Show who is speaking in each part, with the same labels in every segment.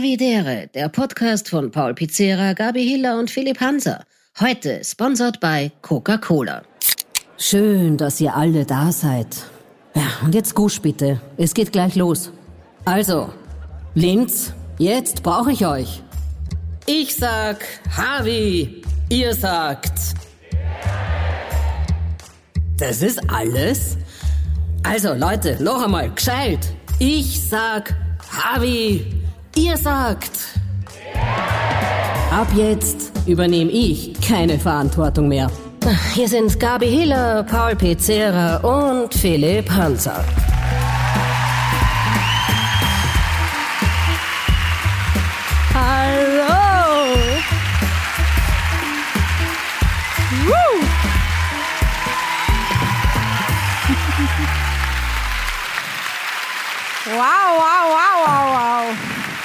Speaker 1: Havidere, der Podcast von Paul Pizzera, Gabi Hiller und Philipp Hanser. Heute sponsert bei Coca-Cola.
Speaker 2: Schön, dass ihr alle da seid. Ja, und jetzt Gusch bitte. Es geht gleich los. Also, Linz, jetzt brauche ich euch.
Speaker 3: Ich sag Harvey, ihr sagt. Das ist alles? Also Leute, noch einmal, gescheit. Ich sag Harvey, ihr sagt. Ab jetzt übernehme ich keine Verantwortung mehr.
Speaker 2: Hier sind Gabi Hiller, Paul Pizzera und Philipp Hanser.
Speaker 4: Hallo! Woo. Wow, wow, wow, wow, wow.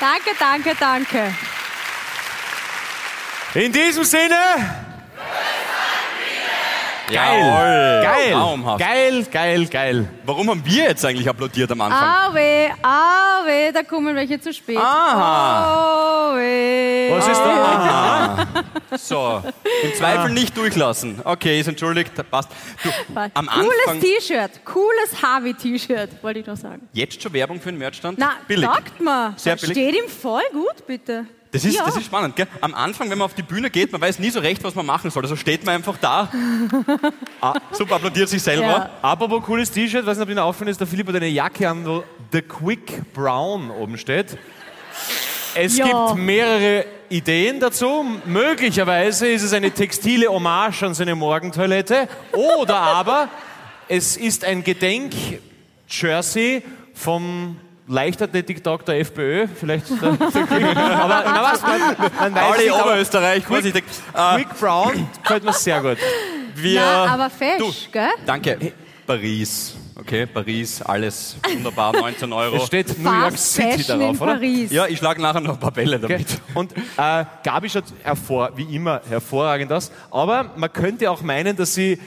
Speaker 4: Danke, danke, danke.
Speaker 5: In diesem Sinne,
Speaker 6: Jawohl.
Speaker 5: geil.
Speaker 6: Traumhaft.
Speaker 5: Geil, geil, geil.
Speaker 6: Warum haben wir jetzt eigentlich applaudiert am Anfang?
Speaker 4: Ah weh, ah weh, da kommen welche zu spät. Ah weh.
Speaker 5: Was ist da?
Speaker 6: So, im Zweifel nicht durchlassen. Okay, ist entschuldigt, passt. Du, am
Speaker 4: cooles
Speaker 6: Anfang
Speaker 4: T-Shirt, cooles Harvey-T-Shirt, wollte ich noch sagen.
Speaker 6: jetzt schon Werbung für den Merchstand?
Speaker 4: Na,
Speaker 6: Billig.
Speaker 4: sagt mal,
Speaker 6: Sehr billig.
Speaker 4: steht ihm voll gut, bitte.
Speaker 6: Das ist,
Speaker 4: ja.
Speaker 6: das ist spannend, gell? Am Anfang, wenn man auf die Bühne geht, man weiß nie so recht, was man machen soll. Also steht man einfach da. ah, super, applaudiert sich selber.
Speaker 4: Ja.
Speaker 5: Apropos cooles T-Shirt, weiß nicht, ob Ihnen auffällt ist, der Philipp hat eine Jacke an, wo The Quick Brown oben steht. Es
Speaker 4: Ja.
Speaker 5: gibt mehrere Ideen dazu. Möglicherweise ist es eine textile Hommage an seine Morgentoilette. Oder aber es ist ein Gedenk-Jersey vom Leichtathletik-Tag der FPÖ. Vielleicht der, der Quick. Aber na was, man, man weiß
Speaker 6: Alle
Speaker 5: nicht, aber
Speaker 6: Oberösterreich, vorsichtig. Äh,
Speaker 5: Quick Brown gefällt mir sehr gut.
Speaker 6: wir,
Speaker 4: Na, aber fesch,
Speaker 6: Du.
Speaker 4: gell?
Speaker 6: danke. Paris, okay, Paris, alles wunderbar, 19
Speaker 5: Es
Speaker 6: Euro.
Speaker 5: steht New York
Speaker 4: Fast
Speaker 5: City
Speaker 4: Fashion in
Speaker 5: darauf, oder?
Speaker 4: Paris.
Speaker 6: Ja, ich schlage nachher noch ein paar Bälle
Speaker 5: Okay.
Speaker 6: damit.
Speaker 5: Und äh, Gabi schaut hervor, wie immer hervorragend aus. Aber man könnte auch meinen, dass sie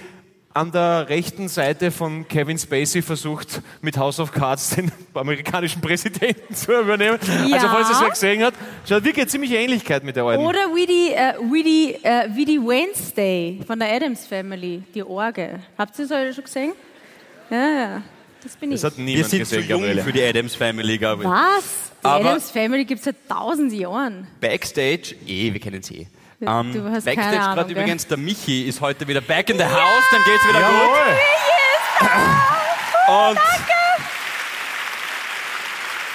Speaker 5: an der rechten Seite von Kevin Spacey versucht, mit House of Cards den amerikanischen Präsidenten zu übernehmen.
Speaker 4: Ja.
Speaker 5: Also falls es wer gesehen hat, schaut wirklich eine ziemliche Ähnlichkeit mit der alten.
Speaker 4: Oder wie die, äh, wie, die, äh, wie die Wednesday von der Adams Family, die Orgel. Habt ihr das alle schon gesehen? Ja, ja. Das bin
Speaker 5: das
Speaker 4: ich.
Speaker 5: hat niemand
Speaker 6: Wir sind
Speaker 5: gesehen,
Speaker 6: zu jung
Speaker 5: Gabriele.
Speaker 6: für die Adams Family, Gabi.
Speaker 4: Was? Die
Speaker 6: Aber-
Speaker 4: Adams Family gibt es seit tausend Jahren.
Speaker 6: Backstage, eh, wir kennen sie eh.
Speaker 4: Du
Speaker 6: Ähm,
Speaker 4: hast keine
Speaker 6: Backstage
Speaker 4: Ahnung,
Speaker 6: gerade
Speaker 4: gell?
Speaker 6: übrigens, der Michi ist heute wieder back in the house, dann geht's wieder gut.
Speaker 5: Jawohl.
Speaker 6: Und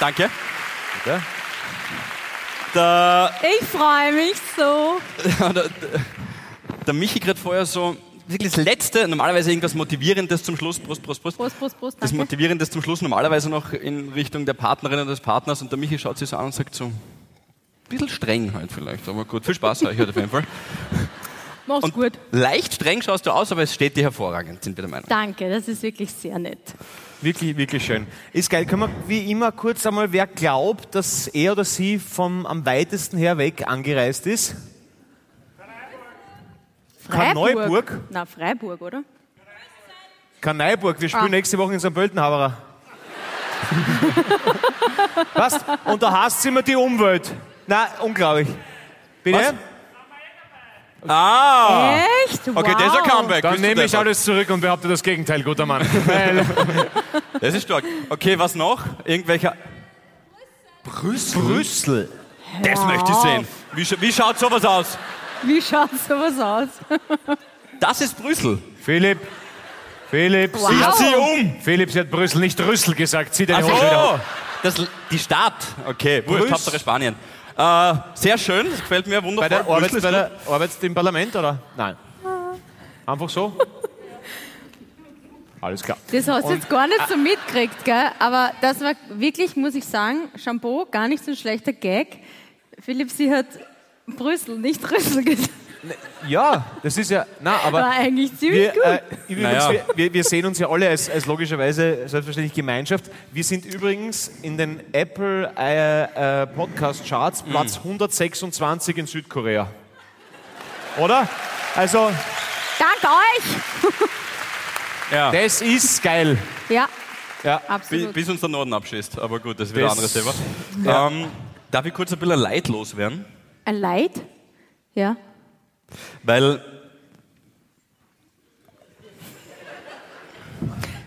Speaker 6: danke.
Speaker 5: Ja.
Speaker 6: Der,
Speaker 4: Ich freue mich so.
Speaker 6: der Michi gerade vorher so, wirklich das Letzte, normalerweise irgendwas Motivierendes zum Schluss, Brust, Brust, Brust.
Speaker 4: Prost, Prost, Prost.
Speaker 6: Das
Speaker 4: Danke.
Speaker 6: Motivierende ist zum Schluss normalerweise noch in Richtung der Partnerin oder des Partners und der Michi schaut sich so an und sagt so, ein bisschen streng halt vielleicht, aber gut, viel Spaß euch heute auf jeden Fall.
Speaker 4: Mach's
Speaker 6: Und
Speaker 4: gut.
Speaker 6: leicht streng schaust du aus, aber es steht dir hervorragend, sind wir der Meinung.
Speaker 4: Danke, das ist wirklich sehr nett.
Speaker 5: Wirklich, wirklich schön. Ist geil. Können wir wie immer kurz einmal, wer glaubt, dass er oder sie vom am weitesten her weg angereist ist? Kann Neuburg?
Speaker 4: Na, Freiburg, oder?
Speaker 5: Karneiburg, wir spielen
Speaker 4: Ah.
Speaker 5: nächste Woche in St. Pöltenhaberer. Was? Und da hasst immer die Umwelt. Na, unglaublich. Bitte?
Speaker 6: Was? Ah!
Speaker 4: Echt?
Speaker 6: Okay, das ist ein Comeback.
Speaker 5: Dann
Speaker 6: Bist du
Speaker 5: nehme ich
Speaker 6: deppert.
Speaker 5: alles zurück und behaupte das Gegenteil, guter Mann. Weil-
Speaker 6: Das ist stark. Okay, was noch? Irgendwelcher. Brüssel?
Speaker 5: Brüssel.
Speaker 6: Das möchte ich sehen. Wie, scha wie schaut sowas aus?
Speaker 4: Wie schaut sowas aus?
Speaker 6: Das ist Brüssel.
Speaker 5: Philipp. Philipp.
Speaker 4: Wow.
Speaker 5: Sie
Speaker 6: Ich
Speaker 5: hat,
Speaker 6: zieh um.
Speaker 5: Philipp, sie hat Brüssel, nicht Rüssel gesagt. Zieh deine
Speaker 6: Ach
Speaker 5: Hose wieder hoch.
Speaker 6: so. Das, L- die Stadt. Okay, wurscht,
Speaker 5: Brüssel.
Speaker 6: Hauptsache Spanien. Äh, sehr schön, das gefällt mir
Speaker 5: Bei
Speaker 6: wunderbar.
Speaker 5: der,
Speaker 6: Brüssel
Speaker 5: Arbeit,
Speaker 6: ist
Speaker 5: bei
Speaker 6: gut.
Speaker 5: der Arbeit im Parlament, oder? Nein. Einfach so? Alles klar.
Speaker 4: Das hast du jetzt gar nicht so mitgekriegt, gell? Aber das war wirklich, muss ich sagen, Shampoo, gar nicht so ein schlechter Gag. Philipp, sie hat Brüssel, nicht Brüssel gesagt.
Speaker 5: Ja, das ist ja. Na, aber.
Speaker 4: War eigentlich ziemlich
Speaker 5: wir,
Speaker 4: gut.
Speaker 5: äh, übrigens,
Speaker 6: Naja.
Speaker 5: wir, wir, wir sehen uns ja alle als, als logischerweise selbstverständlich Gemeinschaft. Wir sind übrigens in den Apple äh, äh, Mhm. Podcast Charts Platz 126 in Südkorea. Oder? Also,
Speaker 4: Dank euch!
Speaker 6: Ja,
Speaker 5: das ist geil.
Speaker 4: Ja,
Speaker 5: Ja.
Speaker 6: bi-
Speaker 4: absolut.
Speaker 6: bis uns der Norden abschießt. Aber gut, das ist wieder ein
Speaker 5: Das-
Speaker 6: anderes Thema.
Speaker 5: Ja.
Speaker 6: Ähm, darf ich kurz ein bisschen leidlos werden?
Speaker 4: Ein Leid? Ja.
Speaker 6: Weil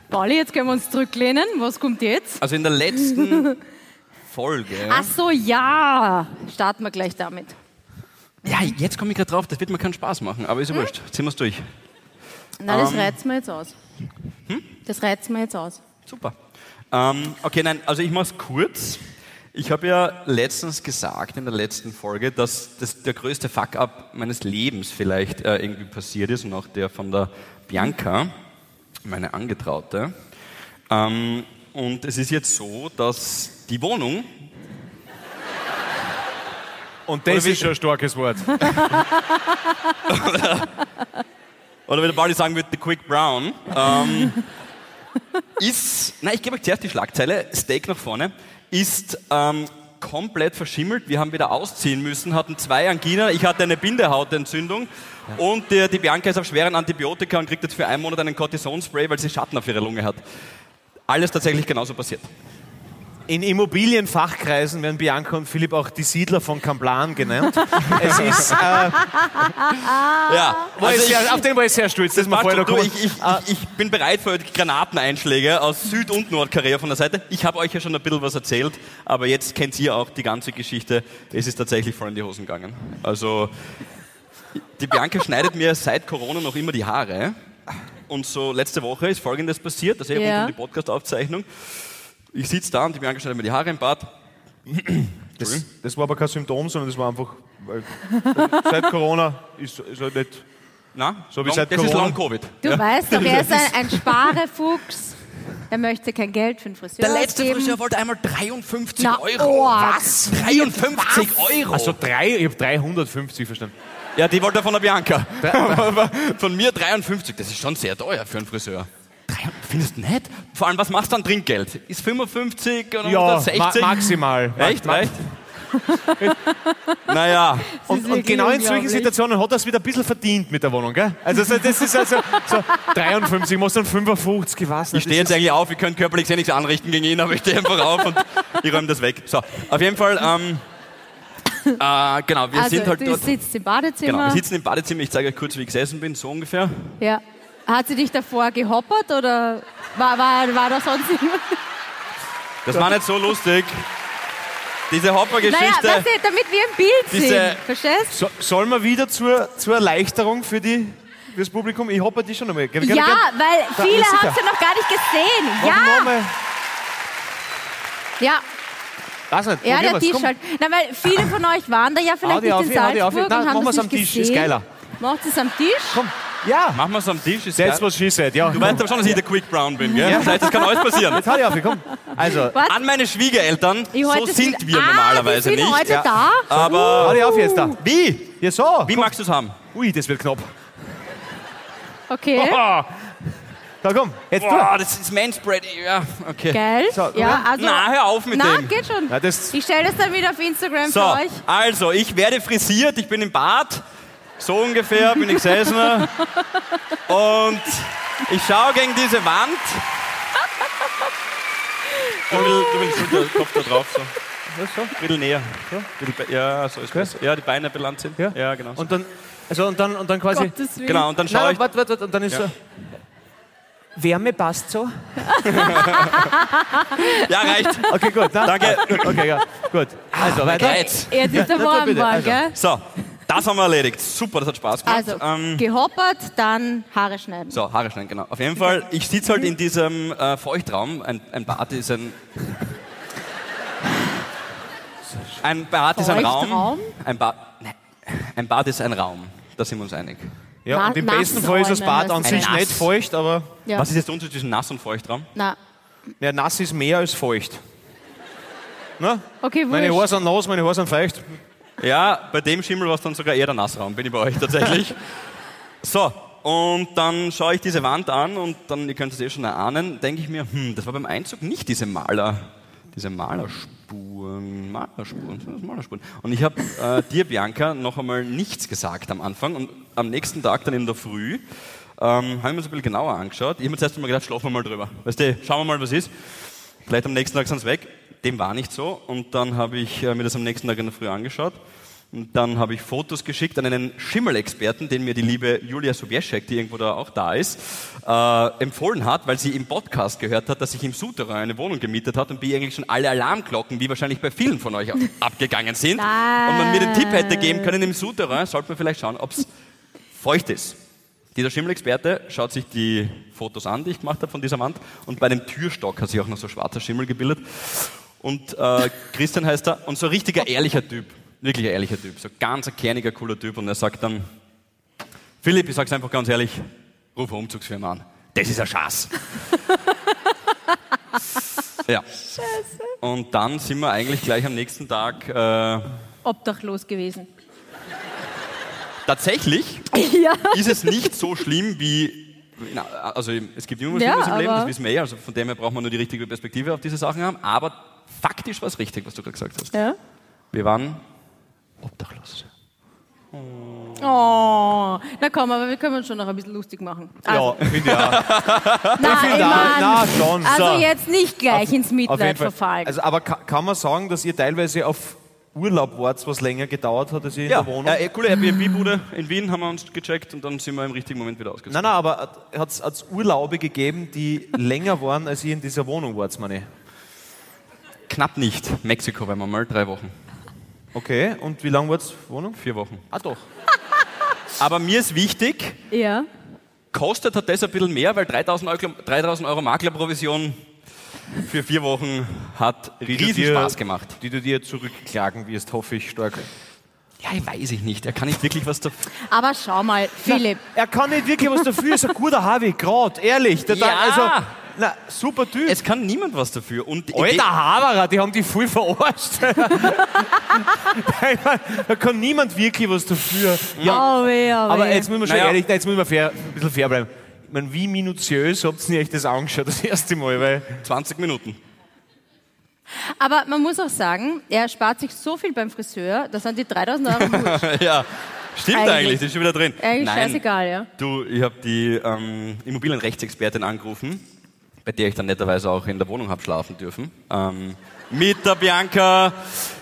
Speaker 4: Pauli, jetzt können wir uns zurücklehnen. Was kommt jetzt?
Speaker 6: Also in der letzten Folge.
Speaker 4: Ach so, ja. Starten wir gleich damit.
Speaker 6: Ja, jetzt komme ich gerade drauf, das wird mir keinen Spaß machen, aber ist ja wurscht. Ziehen wir es durch.
Speaker 4: Nein,
Speaker 6: Ähm.
Speaker 4: das reizt mir jetzt aus.
Speaker 6: Hm?
Speaker 4: Das reizt mir jetzt aus.
Speaker 6: Super. Ähm, okay, nein, also ich mache es kurz. Ich habe ja letztens gesagt, in der letzten Folge, dass das der größte Fuck-up meines Lebens vielleicht äh, irgendwie passiert ist und auch der von der Bianca, meine Angetraute. Ähm, und es ist jetzt so, dass die Wohnung,
Speaker 5: Und
Speaker 6: Oder
Speaker 5: das
Speaker 6: wie-
Speaker 5: ist schon ein starkes Wort.
Speaker 6: Oder wie der Baldi sagen wird, The Quick Brown. Ähm, ist, nein, ich gebe euch zuerst die Schlagzeile, Steak nach vorne, ist ähm, komplett verschimmelt. Wir haben wieder ausziehen müssen, hatten zwei Angina, ich hatte eine Bindehautentzündung und die, die Bianca ist auf schweren Antibiotika und kriegt jetzt für einen Monat einen Cortisonspray, weil sie Schatten auf ihrer Lunge hat. Alles tatsächlich genauso passiert.
Speaker 5: In Immobilienfachkreisen werden Bianca und Philipp auch die Siedler von Kamplan genannt. es ist, äh,
Speaker 6: Ja, Also
Speaker 5: wo Also ich sehr, auf den war ich sehr stolz, dass man
Speaker 6: Max,
Speaker 5: vorher
Speaker 6: du,
Speaker 5: noch
Speaker 6: ich, ich, ich, ich bin bereit für Granateneinschläge aus Süd- und Nordkorea von der Seite. Ich habe euch ja schon ein bisschen was erzählt, aber jetzt kennt ihr auch die ganze Geschichte. Es ist tatsächlich voll in die Hosen gegangen. Also, die Bianca schneidet mir seit Corona noch immer die Haare. Und so letzte Woche ist Folgendes passiert, also eben
Speaker 4: Ja.
Speaker 6: rund um die Podcast-Aufzeichnung. Ich sitze da und die Bianca schneidet mir die Haare im Bad.
Speaker 5: Das, das war aber kein Symptom, sondern das war einfach. weil- Seit Corona ist es halt nicht.
Speaker 6: Na,
Speaker 5: So wie
Speaker 6: long,
Speaker 5: seit
Speaker 6: das ist
Speaker 5: Corona.
Speaker 6: Long-Covid.
Speaker 4: Du weißt doch, er ist ein, ein Sparefuchs. Er möchte kein Geld für den Friseur
Speaker 6: Der letzte
Speaker 4: ausgeben.
Speaker 6: Friseur wollte einmal 53
Speaker 4: Na,
Speaker 6: Euro.
Speaker 4: oh,
Speaker 6: 53 Euro?
Speaker 5: Also drei, ich habe 350 verstanden.
Speaker 6: Ja, die wollte er von der Bianca. von mir 53, das ist schon sehr teuer für einen Friseur. 300, Findest du nicht? Vor allem, was machst du an Trinkgeld? Ist 55 oder
Speaker 5: Ja,
Speaker 6: was ist das, 60?
Speaker 5: ma maximal.
Speaker 6: Echt?
Speaker 5: Ma-
Speaker 6: Echt? naja,
Speaker 5: Und, und
Speaker 4: wirklich
Speaker 5: genau in solchen
Speaker 4: unglaublich.
Speaker 5: Situationen hat er es wieder ein bisschen verdient mit der Wohnung, gell? Also, so- das ist also so 53, muss dann 55 gewachsen.
Speaker 6: ich stehe jetzt eigentlich auf, ich könnte körperlich sehr nichts anrichten gegen ihn, aber ich stehe einfach auf und ich räume das weg. So, auf jeden Fall, ähm, äh, genau, wir
Speaker 4: also,
Speaker 6: sind halt
Speaker 4: du
Speaker 6: dort.
Speaker 4: sitzt im
Speaker 6: Genau, wir
Speaker 4: Badezimmer.
Speaker 6: sitzen im Badezimmer, ich zeige euch kurz, wie ich gesessen bin, so ungefähr.
Speaker 4: ja. Hat sie dich davor gehoppert oder war, war, war da sonst niemand?
Speaker 6: Das war nicht so lustig. Diese Hopper-Geschichte.
Speaker 4: Naja, weißt du, damit wir im Bild
Speaker 6: Diese-
Speaker 4: sind. Verstehst?
Speaker 5: So, soll man wieder zur, zur Erleichterung für, die, für das Publikum? Ich hoffe, die schon einmal. Gell, gell,
Speaker 4: Ja,
Speaker 5: gell?
Speaker 4: weil
Speaker 5: Da,
Speaker 4: viele
Speaker 5: ja, sicher.
Speaker 4: haben es ja noch gar nicht gesehen.
Speaker 5: Machen wir
Speaker 4: Ja,
Speaker 5: mal-
Speaker 4: ja,
Speaker 5: Weiß nicht,
Speaker 4: ja,
Speaker 5: probieren
Speaker 4: der
Speaker 5: wir's,
Speaker 4: Tisch
Speaker 5: komm.
Speaker 4: halt. Na, weil viele von euch waren da ja vielleicht
Speaker 5: Audi
Speaker 4: nicht
Speaker 5: auf,
Speaker 4: in
Speaker 5: Audi
Speaker 4: Salzburg
Speaker 5: auf.
Speaker 4: und
Speaker 5: Nein,
Speaker 4: haben
Speaker 5: machen
Speaker 4: das
Speaker 5: wir's am
Speaker 4: nicht
Speaker 5: Tisch, ist
Speaker 4: gesehen.
Speaker 5: geiler.
Speaker 4: Macht es am Tisch?
Speaker 5: Komm, ja.
Speaker 6: Machen wir es am Tisch, ist
Speaker 5: That's
Speaker 6: geil.
Speaker 5: what she said, ja.
Speaker 6: Du weißt aber schon, dass ich der Quick Brown bin, gell? Das heißt, das kann alles passieren.
Speaker 5: Jetzt halt auf, komm. Also,
Speaker 6: An meine Schwiegereltern,
Speaker 4: Ich
Speaker 6: so
Speaker 4: heute
Speaker 6: sind
Speaker 4: viel-
Speaker 6: wir Uh.
Speaker 4: ah,
Speaker 6: normalerweise
Speaker 4: die sind
Speaker 6: nicht.
Speaker 4: heute da?
Speaker 6: Aber
Speaker 5: halt auf jetzt da.
Speaker 6: wie?
Speaker 5: Ja, so.
Speaker 6: Wie magst du es haben?
Speaker 5: Ui, das wird knapp.
Speaker 4: Okay,
Speaker 5: Ah. Da komm, jetzt
Speaker 6: Boah, das ist Manspread. Ja, okay.
Speaker 4: geil.
Speaker 5: So, komm
Speaker 4: ja,
Speaker 5: her.
Speaker 4: also,
Speaker 6: Na, hör auf mit
Speaker 4: na,
Speaker 6: dem.
Speaker 4: geht schon.
Speaker 5: Na, das-
Speaker 4: ich stelle das dann wieder auf Instagram
Speaker 6: So,
Speaker 4: für euch.
Speaker 6: also, ich werde frisiert, ich bin im Bad. So ungefähr bin ich gesessen. Und ich schaue gegen diese Wand. Du willst, du willst den Kopf da drauf, so.
Speaker 5: du. Ja, so.
Speaker 6: Ein bisschen näher. Ein bisschen be- Ja, so ist besser. Ja, die Beine belangt sind.
Speaker 5: Ja.
Speaker 6: ja genau.
Speaker 5: Und dann, also, und dann, und dann quasi.
Speaker 4: Gottes Willen.
Speaker 6: Genau, und dann schaue
Speaker 5: Nein,
Speaker 6: ich.
Speaker 5: warte, warte, warte, und dann ist
Speaker 6: Ja.
Speaker 5: so. Wärme passt so.
Speaker 6: Ja, reicht.
Speaker 5: Okay, gut. Na,
Speaker 6: Danke.
Speaker 5: Gut, okay, ja. Gut. Also, weiter.
Speaker 6: Jetzt.
Speaker 4: Jetzt ist der
Speaker 5: na,
Speaker 4: warm
Speaker 5: bitte,
Speaker 4: geworden,
Speaker 5: also.
Speaker 4: gell?
Speaker 6: So, das haben wir erledigt. Super, das hat Spaß gemacht.
Speaker 4: Also,
Speaker 6: Ähm,
Speaker 4: gehoppert, dann Haare schneiden.
Speaker 6: so, Haare schneiden, genau. Auf jeden Fall, ich sitze halt in diesem äh, Feuchtraum. Ein, ein Bad ist ein. Ein Bad ist ein
Speaker 4: Feuchtraum?
Speaker 6: Raum. Ein Bad. Nein. Ein Bad ist ein Raum. Da sind wir uns einig.
Speaker 5: Ja, und im
Speaker 4: Na-
Speaker 5: besten Fall ist das
Speaker 4: Nassräumen,
Speaker 5: Bad an
Speaker 4: das
Speaker 5: sich
Speaker 6: heißt.
Speaker 5: nicht feucht, aber
Speaker 4: Ja.
Speaker 6: Was ist jetzt der Unterschied zwischen nass und Feuchtraum?
Speaker 4: Na,
Speaker 5: ja, nass ist mehr als feucht. Na?
Speaker 4: okay,
Speaker 5: Meine Haare
Speaker 4: wurscht.
Speaker 5: sind nass, meine Haare sind feucht.
Speaker 6: Ja, bei dem Schimmel war es dann sogar eher der Nassraum, bin ich bei euch tatsächlich. so, und dann schaue ich diese Wand an und dann, ihr könnt es eh schon erahnen, denke ich mir, hm, das war beim Einzug nicht diese Maler, diese Malerspur. Malerspuren, Malerspuren, was sind das? Malerspuren. Und ich habe äh, dir, Bianca, noch einmal nichts gesagt am Anfang und am nächsten Tag dann in der Früh ähm, habe ich mir das ein bisschen genauer angeschaut. Ich habe mir zuerst mal gedacht, schlafen wir mal drüber. Weißt du, schauen wir mal, was ist. Vielleicht am nächsten Tag sind sie weg. Dem war nicht so. Und dann habe ich äh, mir das am nächsten Tag in der Früh angeschaut. Und dann habe ich Fotos geschickt an einen Schimmelexperten, den mir die liebe Julia Sobieschek, die irgendwo da auch da ist, äh, empfohlen hat, weil sie im Podcast gehört hat, dass ich im Souterrain eine Wohnung gemietet hat und wie eigentlich schon alle Alarmglocken, wie wahrscheinlich bei vielen von euch, ab- abgegangen sind. Und man mir den Tipp hätte geben können, im Souterrain sollte man vielleicht schauen, ob es feucht ist. Dieser Schimmelexperte schaut sich die Fotos an, die ich gemacht habe von dieser Wand. Und bei dem Türstock hat sich auch noch so schwarzer Schimmel gebildet. Und äh, Christian heißt er. Und so ein richtiger ehrlicher Typ. Wirklich ein ehrlicher Typ. So ganz ein kerniger, cooler Typ. Und er sagt dann, Philipp, ich sag's einfach ganz ehrlich, ruf eine Umzugsfirma an. Das ist ein Schatz. ja. Und dann sind wir eigentlich gleich am nächsten Tag äh,
Speaker 4: Obdachlos gewesen.
Speaker 6: tatsächlich
Speaker 4: Ja.
Speaker 6: ist es nicht so schlimm wie. Na, also es gibt immer
Speaker 4: Ja,
Speaker 6: Schlimmes im Leben, das
Speaker 4: aber-
Speaker 6: wissen wir eh. Also von dem her braucht man nur die richtige Perspektive auf diese Sachen haben. Aber faktisch war es richtig, was du gerade gesagt hast.
Speaker 4: ja.
Speaker 6: Wir waren obdachlos.
Speaker 4: Oh, na komm, aber wir können uns schon noch ein bisschen lustig machen. Also,
Speaker 5: Ja, finde ich auch.
Speaker 4: na, ey,
Speaker 5: Na, na,
Speaker 4: Mann.
Speaker 5: schon.
Speaker 4: also
Speaker 5: so.
Speaker 4: jetzt nicht gleich ins
Speaker 5: Auf jeden
Speaker 4: Mitleid
Speaker 5: Fall.
Speaker 4: verfallen.
Speaker 5: Also, aber ka kann man sagen, dass ihr teilweise auf Urlaub wart, was länger gedauert hat als ihr in
Speaker 6: Ja,
Speaker 5: der Wohnung?
Speaker 6: ja eh, coole Airbnb-Bude in Wien haben wir uns gecheckt und dann sind wir im richtigen Moment wieder ausgezogen.
Speaker 5: Nein, nein, aber hat es Urlaube gegeben, die länger waren, als ihr in dieser Wohnung wart, meine ich.
Speaker 6: Knapp nicht. Mexiko waren wir mal, drei Wochen,
Speaker 5: Okay, und wie lange war es Wohnung?
Speaker 6: vier Wochen.
Speaker 5: Ah, doch.
Speaker 6: Aber mir ist wichtig,
Speaker 4: ja.
Speaker 6: kostet hat das ein bisschen mehr, weil 3000 Euro, 3000 Euro Maklerprovision für vier Wochen hat riesen Spaß gemacht.
Speaker 5: Die du dir zurückklagen wirst, hoffe ich stark.
Speaker 6: Ja, ich weiß ich nicht. Er kann nicht wirklich was dafür.
Speaker 4: Aber schau mal, Philipp.
Speaker 5: Er kann nicht wirklich was dafür, ist ein guter Harvey, grad, ehrlich. Der
Speaker 6: Ja.
Speaker 5: also, na, super Typ.
Speaker 6: Es kann niemand was dafür. Und die Idee-
Speaker 5: Alter Haberer, die haben die voll verarscht. da kann niemand wirklich was dafür. Ja,
Speaker 4: Oh, weh, oh,
Speaker 5: aber
Speaker 4: weh.
Speaker 5: jetzt müssen wir schon
Speaker 6: Naja.
Speaker 5: ehrlich, nein, jetzt müssen wir fair, ein bisschen fair bleiben. Ich meine, wie minutiös habt ihr euch das angeschaut, das erste Mal, weil
Speaker 6: 20 Minuten.
Speaker 4: aber man muss auch sagen, er spart sich so viel beim Friseur, das sind die 3000 Euro wurscht.
Speaker 6: ja, stimmt
Speaker 4: Eigentlich.
Speaker 6: eigentlich. das ist schon wieder drin.
Speaker 4: Eigentlich
Speaker 6: Nein,
Speaker 4: scheißegal, ja.
Speaker 6: Du, ich habe die ähm, Immobilienrechtsexpertin angerufen, bei der ich dann netterweise auch in der Wohnung habe schlafen dürfen. Ähm, mit der Bianca,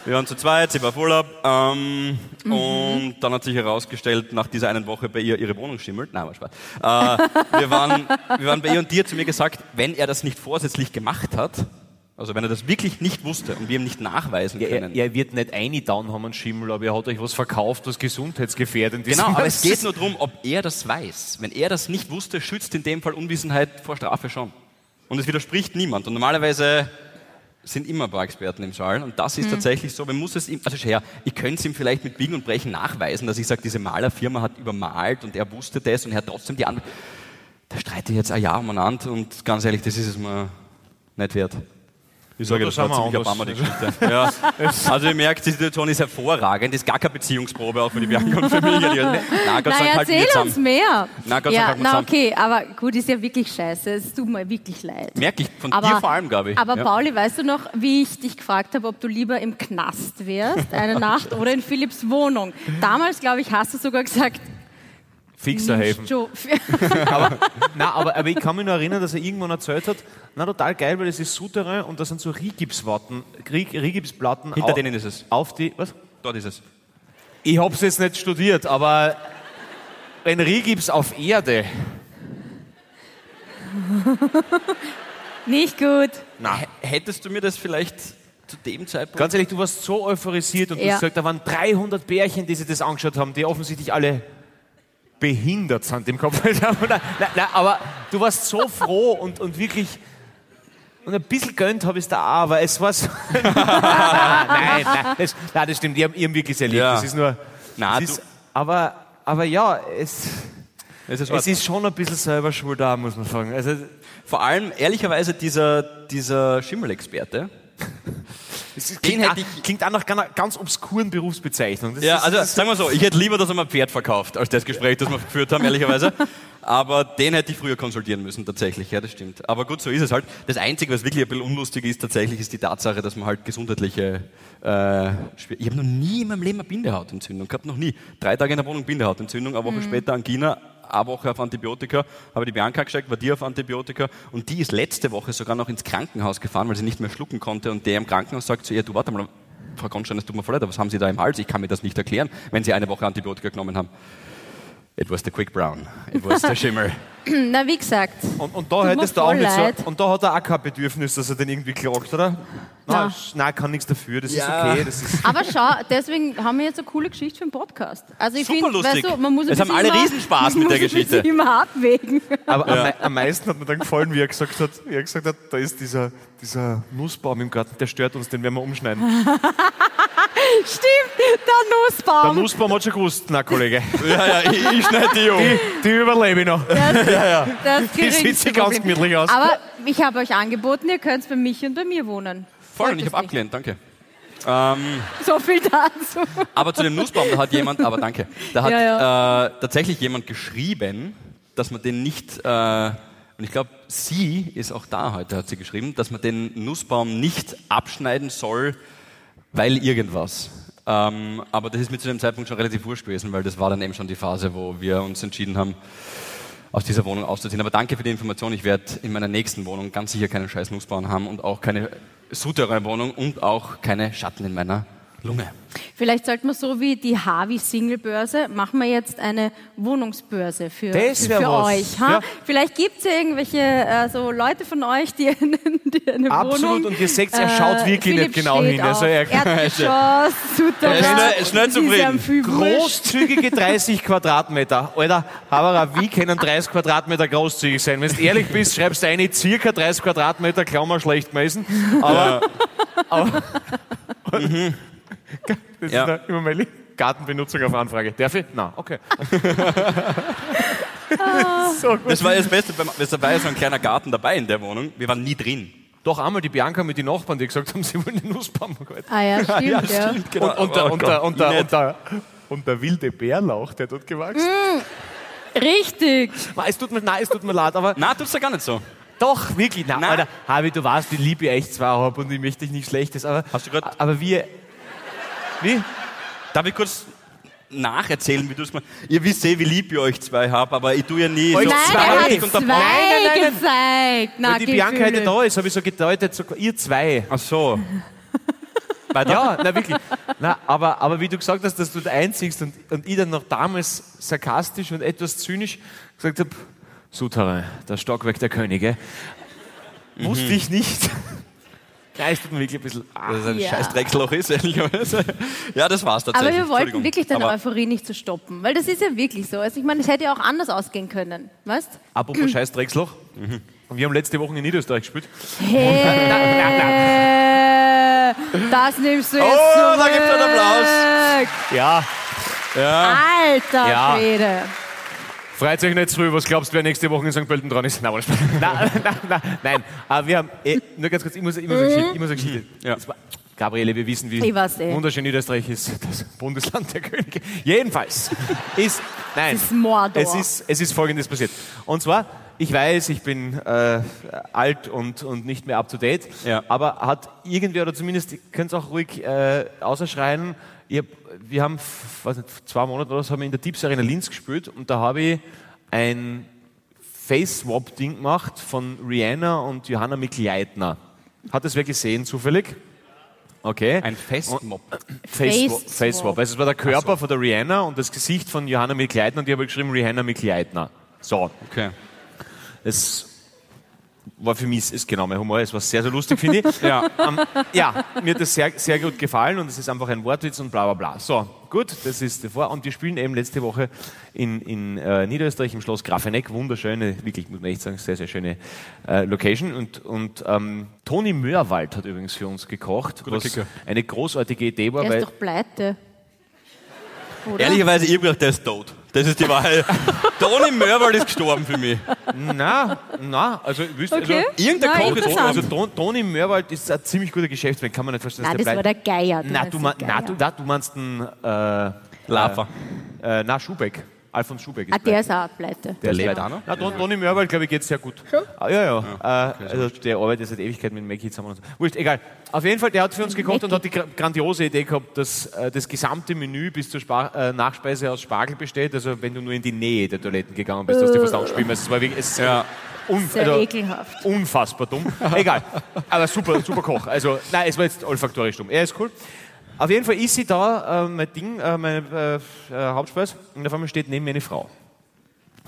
Speaker 6: wir waren zu zweit, sie war auf Urlaub. Ähm, Und dann hat sich herausgestellt, nach dieser einen Woche bei ihr ihre Wohnung schimmelt. Nein, war Spaß. Äh, wir, waren, wir waren bei ihr und die hat zu mir gesagt, wenn er das nicht vorsätzlich gemacht hat, also wenn er das wirklich nicht wusste und wir ihm nicht nachweisen
Speaker 5: er,
Speaker 6: können.
Speaker 5: er wird nicht eingetan haben, einen Schimmel, aber er hat euch was verkauft, was gesundheitsgefährdend ist.
Speaker 6: Genau, aber es geht nur darum, ob er das weiß. Wenn er das nicht wusste, schützt in dem Fall Unwissenheit vor Strafe schon. Und es widerspricht niemand. Und normalerweise sind immer ein paar Experten im Saal. Und das ist tatsächlich so, man muss es ihm, also schau her, ich könnte es ihm vielleicht mit Biegen und Brechen nachweisen, dass ich sage, diese Malerfirma hat übermalt und er wusste das und er hat trotzdem die Antwort. Da streite ich jetzt ein Jahr umeinander und ganz ehrlich, das ist es mir nicht wert. Ich sage,
Speaker 5: Ja,
Speaker 6: das
Speaker 5: da
Speaker 6: war
Speaker 5: sind wir
Speaker 6: ziemlich eine
Speaker 5: anders.
Speaker 6: Bammer-Geschichte. Ja. Also ihr merkt, die Situation ist hervorragend. Ist gar keine Beziehungsprobe, auch für die Bianca und für mich. Na, Gott
Speaker 4: Na,
Speaker 6: sei Dank halten wir
Speaker 4: erzähl uns
Speaker 6: zusammen.
Speaker 4: mehr.
Speaker 6: Na, Gott sei
Speaker 4: ja,
Speaker 6: Dank halten wir
Speaker 4: na
Speaker 6: zusammen.
Speaker 4: okay, aber gut, ist ja wirklich scheiße. Es tut mir wirklich leid.
Speaker 6: Merk ich, von dir vor allem, Gabi.
Speaker 4: Aber
Speaker 6: Ja.
Speaker 4: Pauli, weißt du noch, wie ich dich gefragt habe, ob du lieber im Knast wärst, eine Nacht oder
Speaker 6: Oh,
Speaker 4: in Philipps Wohnung? Damals, glaube ich, hast du sogar gesagt,
Speaker 5: Fixer helfen.
Speaker 4: Joe,
Speaker 5: Na, aber, aber ich kann mich noch erinnern, dass er irgendwann erzählt hat, na total geil, weil das ist Souterrain und da sind so Rigipsplatten, Rigipsplatten
Speaker 6: Hinter denen ist es.
Speaker 5: auf die, was?
Speaker 6: Dort ist es.
Speaker 5: Ich hab's jetzt nicht studiert, aber wenn Rigips auf Erde,
Speaker 4: nicht gut.
Speaker 6: H- Hättest du mir das vielleicht zu dem Zeitpunkt...
Speaker 5: ganz ehrlich, du warst so euphorisiert und du
Speaker 4: Ja.
Speaker 5: hast gesagt, da waren 300 Bärchen, die sich das angeschaut haben, die offensichtlich alle behindert sind im Kopf. nein, nein, aber du warst so froh und, und wirklich, und ein bisschen gönnt habe ich es da auch, aber es war so... nein, nein, das, nein, das stimmt, ich habe hab wirklich erlebt,
Speaker 6: Ja.
Speaker 5: das ist nur...
Speaker 6: Nein,
Speaker 5: Es ist, aber, aber ja, es,
Speaker 6: es ist,
Speaker 5: es ist schon ein bisschen selber schuld da, muss man sagen. Also,
Speaker 6: Vor allem, ehrlicherweise, dieser, dieser Schimmelexperte.
Speaker 5: es
Speaker 6: Den
Speaker 5: klingt, auch,
Speaker 6: hätte ich-
Speaker 5: klingt auch nach einer ganz obskuren Berufsbezeichnung. Das
Speaker 6: Ja,
Speaker 5: ist-
Speaker 6: also
Speaker 5: das ist-
Speaker 6: sagen wir so, ich hätte lieber, dass er mir ein Pferd verkauft, als das Gespräch, das wir geführt haben, ehrlicherweise. Aber den hätte ich früher konsultieren müssen, tatsächlich. Ja, das stimmt. Aber gut, so ist es halt. Das Einzige, was wirklich ein bisschen unlustig ist, tatsächlich, ist die Tatsache, dass man halt gesundheitliche äh, Schwier- Ich habe noch nie in meinem Leben eine Bindehautentzündung gehabt, noch nie. Drei Tage in der Wohnung Bindehautentzündung, eine Woche
Speaker 5: Mhm.
Speaker 6: später Angina, eine Woche auf Antibiotika, habe die Bianca geschickt, war die auf Antibiotika und die ist letzte Woche sogar noch ins Krankenhaus gefahren, weil sie nicht mehr schlucken konnte und der im Krankenhaus sagt zu ihr, du warte mal, Frau Gonstein, es tut mir voll leid, aber was haben Sie da im Hals? Ich kann mir das nicht erklären, wenn Sie eine Woche Antibiotika genommen haben. It was the quick brown. It was the shimmer.
Speaker 4: Hm, Na, wie gesagt.
Speaker 5: Und, und da
Speaker 4: Tut mir
Speaker 5: hättest du auch
Speaker 4: voll
Speaker 5: nicht so.
Speaker 4: leid.
Speaker 5: Und da hat er auch kein Bedürfnis, dass er den irgendwie klagt, oder?
Speaker 4: Na.
Speaker 5: Nein, sch- nein kann nichts dafür, das ist
Speaker 6: Ja.
Speaker 5: okay. Das ist
Speaker 4: Aber schau, deswegen haben wir jetzt eine coole Geschichte für den Podcast. Also ich
Speaker 6: Super
Speaker 4: finde,
Speaker 6: lustig.
Speaker 4: weißt du, man muss ein
Speaker 6: Es haben
Speaker 4: bisschen
Speaker 6: alle
Speaker 4: immer,
Speaker 6: Riesenspaß
Speaker 4: man
Speaker 6: mit der
Speaker 4: muss ein bisschen
Speaker 6: Geschichte.
Speaker 4: immer abwägen.
Speaker 5: aber am, mei- am meisten hat mir dann gefallen, wie er gesagt hat, wie er gesagt hat da ist dieser, dieser Nussbaum im Garten, der stört uns, den werden wir umschneiden.
Speaker 4: Stimmt, der
Speaker 5: Der
Speaker 4: Nussbaum.
Speaker 5: Nussbaum hat schon gewusst, na Kollege,
Speaker 6: ja, ja, ich, ich schneide die um.
Speaker 5: die, die überlebe ich noch.
Speaker 4: das
Speaker 5: Die sieht
Speaker 4: geringste
Speaker 5: sich ganz
Speaker 4: Problem.
Speaker 5: gemütlich aus.
Speaker 4: Aber ich habe euch angeboten, ihr könnt bei mich und bei mir wohnen.
Speaker 6: Voll,
Speaker 4: Wollt
Speaker 6: und ich
Speaker 4: es
Speaker 6: habe
Speaker 4: nicht.
Speaker 6: abgelehnt, danke. Ähm,
Speaker 4: So viel dazu.
Speaker 6: Aber zu dem Nussbaum, da hat jemand, aber danke, da hat
Speaker 4: Ja,
Speaker 6: Äh, tatsächlich jemand geschrieben, dass man den nicht, äh, und ich glaube, sie ist auch da heute, hat sie geschrieben, dass man den Nussbaum nicht abschneiden soll, weil irgendwas. Ähm, aber das ist mir zu dem Zeitpunkt schon relativ wurscht gewesen, weil das war dann eben schon die Phase, wo wir uns entschieden haben, aus dieser Wohnung auszuziehen. Aber danke für die Information. Ich werde in meiner nächsten Wohnung ganz sicher keine scheiß Nussbaum haben und auch keine Souterrain-Wohnung und auch keine Schatten in meiner Lunge.
Speaker 4: Vielleicht sollten wir so wie die Harvey Single Börse, machen wir jetzt eine Wohnungsbörse für,
Speaker 5: Das
Speaker 4: für,
Speaker 5: wär was.
Speaker 4: euch. Ha?
Speaker 5: Ja.
Speaker 4: Vielleicht gibt es ja irgendwelche äh, so Leute von euch, die, einen, die eine
Speaker 5: Absolut,
Speaker 4: Wohnung... äh,
Speaker 5: und ihr seht's, er schaut wirklich
Speaker 4: Philipp
Speaker 5: nicht genau
Speaker 4: steht
Speaker 5: hin, also
Speaker 4: auf
Speaker 5: er-
Speaker 4: Erdgeschoss, Souterrain,
Speaker 6: Er ist schnell- schnell
Speaker 4: es am
Speaker 6: zufrieden.
Speaker 4: Fü- wurscht.
Speaker 5: Großzügige 30 Quadratmeter. Alter, Haberer, wie können 30 Quadratmeter großzügig sein? Wenn du ehrlich bist, schreibst du eine circa 30 Quadratmeter, Klammer schlecht gewesen. Aber, aber das
Speaker 6: Ja.
Speaker 5: ist da immer meine Mhm. Gartenbenutzung auf Anfrage. Darf ich? Nein, okay. so gut.
Speaker 6: Das war das Beste, beim- es war ja so ein kleiner Garten dabei in der Wohnung. Wir waren nie drin.
Speaker 5: Doch einmal die Bianca mit den Nachbarn, die gesagt haben, sie wollen den Nussbaum.
Speaker 4: Ah ja, stimmt, ja.
Speaker 5: Und, und, der, und, der, und, der,
Speaker 6: Nett.
Speaker 5: und, der, und der wilde Bärlauch, der dort gewachsen
Speaker 4: Richtig.
Speaker 5: Nein, es tut mir, nein, es tut mir leid, aber
Speaker 6: Nein, tut's ja gar nicht so.
Speaker 5: doch, wirklich. Nein,
Speaker 6: Nein.
Speaker 5: Alter, Harvey, du weißt, ich liebe euch zwar hab und ich möchte dich nicht Schlechtes, aber,
Speaker 6: Hast du grad-
Speaker 5: aber wir... Wie?
Speaker 6: Darf ich kurz nacherzählen, wie du es mal. Ihr wisst eh, wie lieb ich euch zwei habt, aber ich tu ja nie so
Speaker 5: Euch
Speaker 4: Nein,
Speaker 5: zwei.
Speaker 4: er hat
Speaker 5: Richtig,
Speaker 6: richtig
Speaker 5: und
Speaker 4: zwei
Speaker 5: der- Nein, nein, nein,
Speaker 4: gezeigt. Na,
Speaker 5: Weil die Bianca heute
Speaker 4: Gefühl.
Speaker 5: da ist, habe ich so gedeutet, so, ihr zwei.
Speaker 6: Ach so.
Speaker 5: Ja, na wirklich. Na, aber, aber wie du gesagt hast, dass du der Einzigst und, und ich dann noch damals sarkastisch und etwas zynisch gesagt habe, Souterrain, der Stockwerk der Könige, wusste ich nicht. Nein, es tut Mhm. mir wirklich ein bisschen... Ah.
Speaker 6: Das ist ein
Speaker 4: Ja.
Speaker 6: scheiß Drecksloch ist, ehrlicherweise. Ja, das war's
Speaker 4: Aber
Speaker 6: tatsächlich.
Speaker 4: wir wollten
Speaker 6: Entschuldigung.
Speaker 4: wirklich deine
Speaker 6: Aber
Speaker 4: Euphorie nicht zu stoppen, weil das ist ja wirklich so. Also ich meine, es hätte ja auch anders ausgehen können, weißt?
Speaker 5: Apropos scheiß Drecksloch. Wir haben letzte Woche in Niederösterreich gespielt.
Speaker 4: Hey, das nimmst du jetzt
Speaker 6: Oh,
Speaker 4: zurück.
Speaker 6: da gibt's einen Applaus.
Speaker 5: Ja,
Speaker 4: Alter
Speaker 5: Ja.
Speaker 4: Schwede.
Speaker 5: freut euch nicht früh. Was glaubst du, wer nächste Woche in St. Pölten dran ist? Nein, aber Spaß. nein, nein, nein, nein. Aber wir haben, eh, nur ganz kurz, ich muss, ich muss eine Geschichte. Ich muss eine Geschichte.
Speaker 6: Ja.
Speaker 5: Es war- Gabriele, wir wissen, wie
Speaker 4: Ich weiß eh.
Speaker 5: wunderschön Niederösterreich ist. Das Bundesland der Könige. Jedenfalls ist, nein.
Speaker 4: Das ist Mordor.
Speaker 5: Es ist, es ist Folgendes passiert. Und zwar, ich weiß, ich bin äh, alt und, und nicht mehr up to date,
Speaker 6: Ja.
Speaker 5: aber hat irgendwer oder zumindest, ihr könnt es auch ruhig äh, außerschreien, ich hab, wir haben, f- weiß nicht, vor zwei Monate oder so, haben wir in der Tipps Arena Linz gespielt und da habe ich ein Face-Swap-Ding gemacht von Rihanna und Johanna Mikl-Leitner. Hat das wer gesehen, zufällig? Okay.
Speaker 6: ein Festmob.
Speaker 5: Face-Swap.
Speaker 4: Face-Swap.
Speaker 5: Face-Swap. also es war der Körper von der Rihanna und das Gesicht von Johanna Mikl-Leitner und ich habe geschrieben Rihanna Mikl-Leitner. So.
Speaker 6: Okay.
Speaker 5: Es war für mich ist genau mein Humor. Es war sehr, sehr lustig, finde ich.
Speaker 6: Ja.
Speaker 5: Ähm, ja, mir hat das sehr, sehr gut gefallen und es ist einfach ein Wortwitz und bla bla bla. So, gut, das ist davor. Und wir spielen eben letzte Woche in, in äh, Niederösterreich im Schloss Grafeneck. Wunderschöne, wirklich, muss man echt sagen, sehr, sehr schöne äh, Location. Und, und ähm, Toni Möhrwald hat übrigens für uns gekocht, was
Speaker 6: Kicker.
Speaker 5: eine großartige Idee war,
Speaker 4: Er ist
Speaker 5: weil
Speaker 4: doch pleite. Oder?
Speaker 6: Ehrlicherweise, ich hab gedacht, der ist tot. Das ist die Wahrheit. Toni Mörwald ist gestorben für mich.
Speaker 5: Na, na, also wisst
Speaker 4: Okay.
Speaker 6: Irgendein
Speaker 4: Nein,
Speaker 6: Koch ist
Speaker 5: also,
Speaker 4: interessant.
Speaker 5: also Ton, Toni Mörwald ist ein ziemlich guter Geschäftsmann, kann man nicht verstehen. dass
Speaker 4: Nein, das
Speaker 5: bleibt.
Speaker 4: war der Geier.
Speaker 5: Na, du,
Speaker 4: weißt,
Speaker 5: mein,
Speaker 4: der
Speaker 5: na,
Speaker 4: Geier.
Speaker 5: du, na, du meinst den, äh,
Speaker 6: Lava.
Speaker 5: äh, na, Schubeck. Alfons Schubeck ist
Speaker 4: Ah, der
Speaker 5: pleite.
Speaker 4: ist auch pleite.
Speaker 5: Der
Speaker 6: lebt
Speaker 5: leider-
Speaker 6: auch noch?
Speaker 5: Na, Don, Donny Mörwald, glaube ich, geht sehr gut. Ah, ja, ja. äh, also der arbeitet seit Ewigkeit mit Mackie zusammen. Und so. Wurscht, egal. Auf jeden Fall, der hat für uns gekocht und hat die gra- grandiose Idee gehabt, dass äh, das gesamte Menü bis zur Spar äh, Nachspeise aus Spargel besteht. Also wenn du nur in die Nähe der Toiletten gegangen bist, hast du
Speaker 4: Äh.
Speaker 5: fast aufgespielt. Also, es war wirklich, es
Speaker 6: Ja.
Speaker 5: un
Speaker 4: Sehr
Speaker 5: also,
Speaker 4: ekelhaft.
Speaker 5: unfassbar dumm. Egal. Aber super, super Koch. Also, nein, es war jetzt olfaktorisch dumm. Er ist cool. Auf jeden Fall ist sie da, äh, mein Ding, äh, meine äh, äh, Hauptspeise, und auf einmal steht neben mir eine Frau.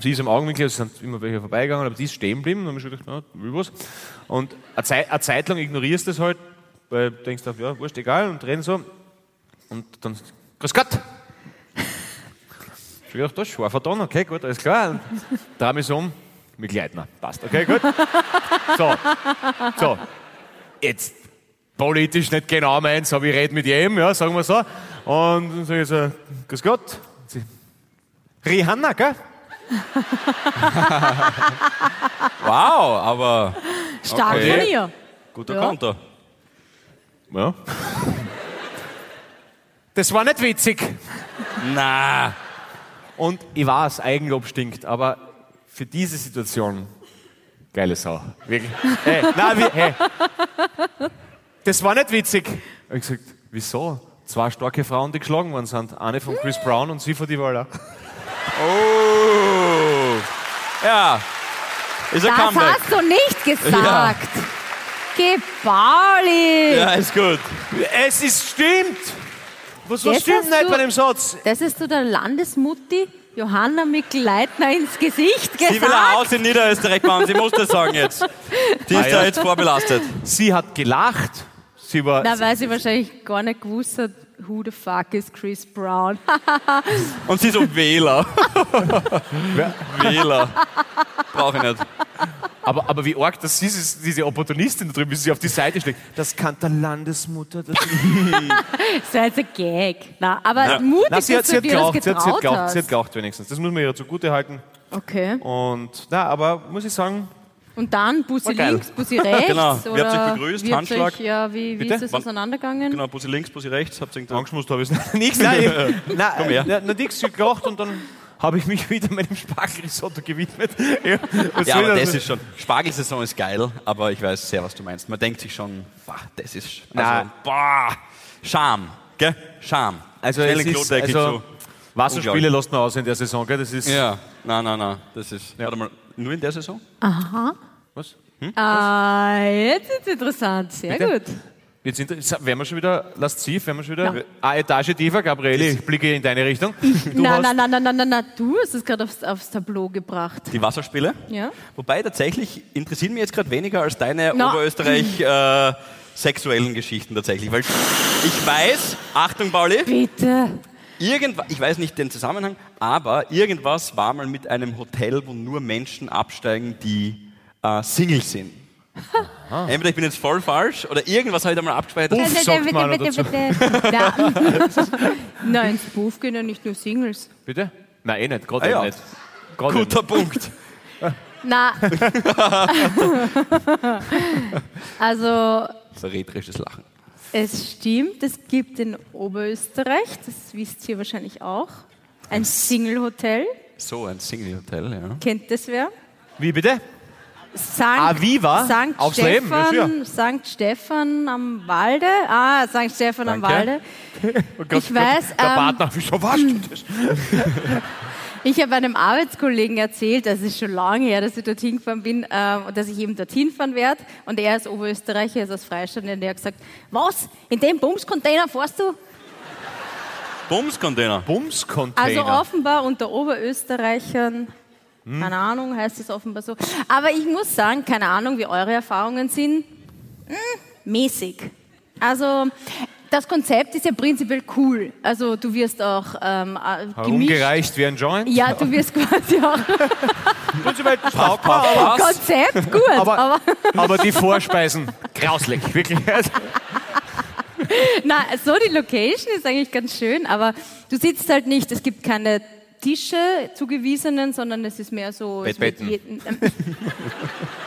Speaker 5: Sie ist im Augenwinkel, es sind immer welche vorbeigegangen, aber die ist stehen geblieben. Dann habe ich schon gedacht, na, will was. Und eine Zeit, eine Zeit lang ignorierst du das halt, weil du denkst, auf, ja, wurscht, egal, und reden so. Und dann, grüß Gott! Ich habe gedacht, das ist scharfer Ton, okay, gut, alles klar. Und Dreh mich so um, mit Gleitner, passt, okay, gut. So, so. Jetzt politisch nicht genau meins, aber ich rede mit jedem, ja, sagen wir so. Und dann sage ich so, grüß Gott. Und sie, Rihanna, gell?
Speaker 6: Wow, aber
Speaker 4: Stark
Speaker 6: Okay.
Speaker 4: von ihr.
Speaker 6: guter
Speaker 4: Ja.
Speaker 6: Konter.
Speaker 5: Ja. Das war nicht witzig.
Speaker 6: Na,
Speaker 5: Und ich weiß, Eigenlob stinkt, aber für diese Situation, geile Sau. Wirklich. Hey, nein, wie, hey. Das war nicht witzig. Hab ich gesagt, wieso? Zwei starke Frauen, die geschlagen worden sind. Eine von Chris Brown und sie von Divala.
Speaker 6: oh. Ja, ist ein
Speaker 4: Das
Speaker 6: Comeback.
Speaker 4: hast du nicht gesagt. Geh, Pauli.
Speaker 6: Ja, ist gut.
Speaker 5: Es ist stimmt! Was,
Speaker 4: Das
Speaker 5: was stimmt
Speaker 4: hast
Speaker 5: nicht
Speaker 4: du-
Speaker 5: bei dem Satz?
Speaker 4: Das hast du der Landesmutti Johanna Mikl-Leitner ins Gesicht
Speaker 6: Sie will ein
Speaker 4: gesagt.
Speaker 6: Haus in Niederösterreich bauen, sie muss das sagen jetzt. Die
Speaker 5: Ah,
Speaker 6: ist da jetzt vorbelastet.
Speaker 5: Sie hat gelacht. Sie war.
Speaker 4: Na, weil sie wahrscheinlich gar nicht gewusst hat, who the fuck is Chris Brown.
Speaker 6: Und sie so Wähler. Wähler. Brauche ich nicht.
Speaker 5: Aber, aber wie arg, dass diese, diese Opportunistin da drüben ist, die sich auf die Seite schlägt. Das kann der Landesmutter. Das
Speaker 4: Das war jetzt ein Gag. Na, aber
Speaker 6: Ja.
Speaker 4: mutig,
Speaker 5: Nein, sie hat,
Speaker 4: dass
Speaker 5: sie
Speaker 4: du
Speaker 5: hat
Speaker 4: dir das
Speaker 5: gelacht, sie hat, sie hat
Speaker 4: getraut
Speaker 5: gelacht, sie hat
Speaker 4: hast.
Speaker 5: gelacht wenigstens. Das muss man ihr zugute halten.
Speaker 4: Okay.
Speaker 5: Und, na, aber muss ich sagen,
Speaker 4: Und dann Bussi
Speaker 5: War geil.
Speaker 4: links, Bussi rechts.
Speaker 6: Genau.
Speaker 4: Oder
Speaker 6: Wie habt ihr euch begrüßt?
Speaker 4: wie habt ihr euch-
Speaker 6: Handschlag?
Speaker 4: Ja, wie, wie
Speaker 5: Bitte?
Speaker 4: ist das
Speaker 6: Wann-
Speaker 4: auseinandergegangen?
Speaker 6: Genau, Bussi links, Bussi rechts. Habt ihr gedacht,
Speaker 5: angeschmust habe ich es nichts. Nein, ich- nein,
Speaker 6: Komm her.
Speaker 5: na, na, nix, sie hat gelacht und dann habe ich mich wieder meinem Spargelrisotto gewidmet. Ja, was
Speaker 6: Ja,
Speaker 5: soll
Speaker 6: aber das ist schon. Spargelsaison ist geil, aber ich weiß sehr, was du meinst. Man denkt sich schon, boah, das ist. Also,
Speaker 5: Nein.
Speaker 6: boah, Scham, gell? Scham.
Speaker 5: Also,
Speaker 6: Schnell
Speaker 5: es
Speaker 6: den
Speaker 5: ist,
Speaker 6: Kloteig
Speaker 5: also
Speaker 6: hinzu.
Speaker 5: Wasserspiele lässt man aus in der Saison, gell? Das ist.
Speaker 6: Ja, nein, nein, nein. Das ist. Warte mal, nur in der Saison?
Speaker 5: Was?
Speaker 4: Ah, jetzt ist interessant. Sehr
Speaker 5: Bitte?
Speaker 4: gut.
Speaker 5: Jetzt sind, wären wir schon wieder lasziv, wären wir schon wieder. Ah, Etage tiefer, Gabriele, ich blicke in deine Richtung. Du
Speaker 4: Na,
Speaker 5: hast-
Speaker 4: na, na, na, na, na, na, du hast es gerade aufs, aufs Tableau gebracht.
Speaker 6: Die Wasserspiele?
Speaker 4: Ja.
Speaker 6: Wobei tatsächlich interessieren mich jetzt gerade weniger als deine
Speaker 4: Na.
Speaker 6: Oberösterreich äh, sexuellen Geschichten tatsächlich, weil ich weiß, Achtung Pauli,
Speaker 4: Bitte.
Speaker 6: irgendwas, ich weiß nicht den Zusammenhang, aber irgendwas war mal mit einem Hotel, wo nur Menschen absteigen, die äh, Single sind. Entweder ich bin jetzt voll falsch oder irgendwas habe ich da mal abgespeichert.
Speaker 5: Buff, sagt man noch dazu.
Speaker 4: bitte. Na, Nein, ins Buff gehen ja nicht nur Singles.
Speaker 5: Bitte? Nein, eh nicht, gerade
Speaker 6: Ah,
Speaker 5: eh
Speaker 6: ja.
Speaker 5: nicht. Gerade eh nicht.
Speaker 6: Guter Punkt.
Speaker 4: Na. also,
Speaker 6: So rederisches Lachen.
Speaker 4: es stimmt, es gibt in Oberösterreich, das wisst ihr wahrscheinlich auch, ein Single-Hotel.
Speaker 6: So ein Single-Hotel, ja.
Speaker 4: Kennt das wer?
Speaker 5: Wie bitte?
Speaker 4: Sankt,
Speaker 5: Aviva?
Speaker 4: Sankt
Speaker 5: Ah, Aufs Leben, ja,
Speaker 4: Stefan, Sankt Stefan am Walde. Ah, Sankt Stefan am
Speaker 6: Danke.
Speaker 4: Walde. Ich weiß,
Speaker 5: Der
Speaker 4: ähm,
Speaker 5: Partner, wieso warst du das?
Speaker 4: Ich habe einem Arbeitskollegen erzählt, das ist schon lange her, dass ich dorthin gefahren bin ähm, und dass ich eben dorthin fahren werde. Und er ist Oberösterreicher, er ist aus Freistadt und er hat gesagt, was, in dem Bumscontainer fährst du?
Speaker 6: Bumscontainer.
Speaker 4: Also
Speaker 5: Bumscontainer.
Speaker 4: offenbar unter Oberösterreichern, keine Ahnung, heißt es offenbar so. Aber ich muss sagen, keine Ahnung, wie eure Erfahrungen sind. Hm, mäßig. Also das Konzept ist ja prinzipiell cool. Also du wirst auch ähm, äh, gemischt.
Speaker 5: Herumgereicht wie ein Joint.
Speaker 4: Ja, du wirst quasi auch
Speaker 5: Prinzipiell taugt man,
Speaker 4: Oh
Speaker 6: Pass, pass.
Speaker 4: Konzept gut,
Speaker 5: aber,
Speaker 4: aber
Speaker 5: aber, aber die Vorspeisen, grauslich, wirklich.
Speaker 4: Na, so die Location ist eigentlich ganz schön, aber du sitzt halt nicht, es gibt keine Tische zugewiesenen, sondern es ist mehr so, es wird,
Speaker 5: Bettbetten.
Speaker 4: jeden,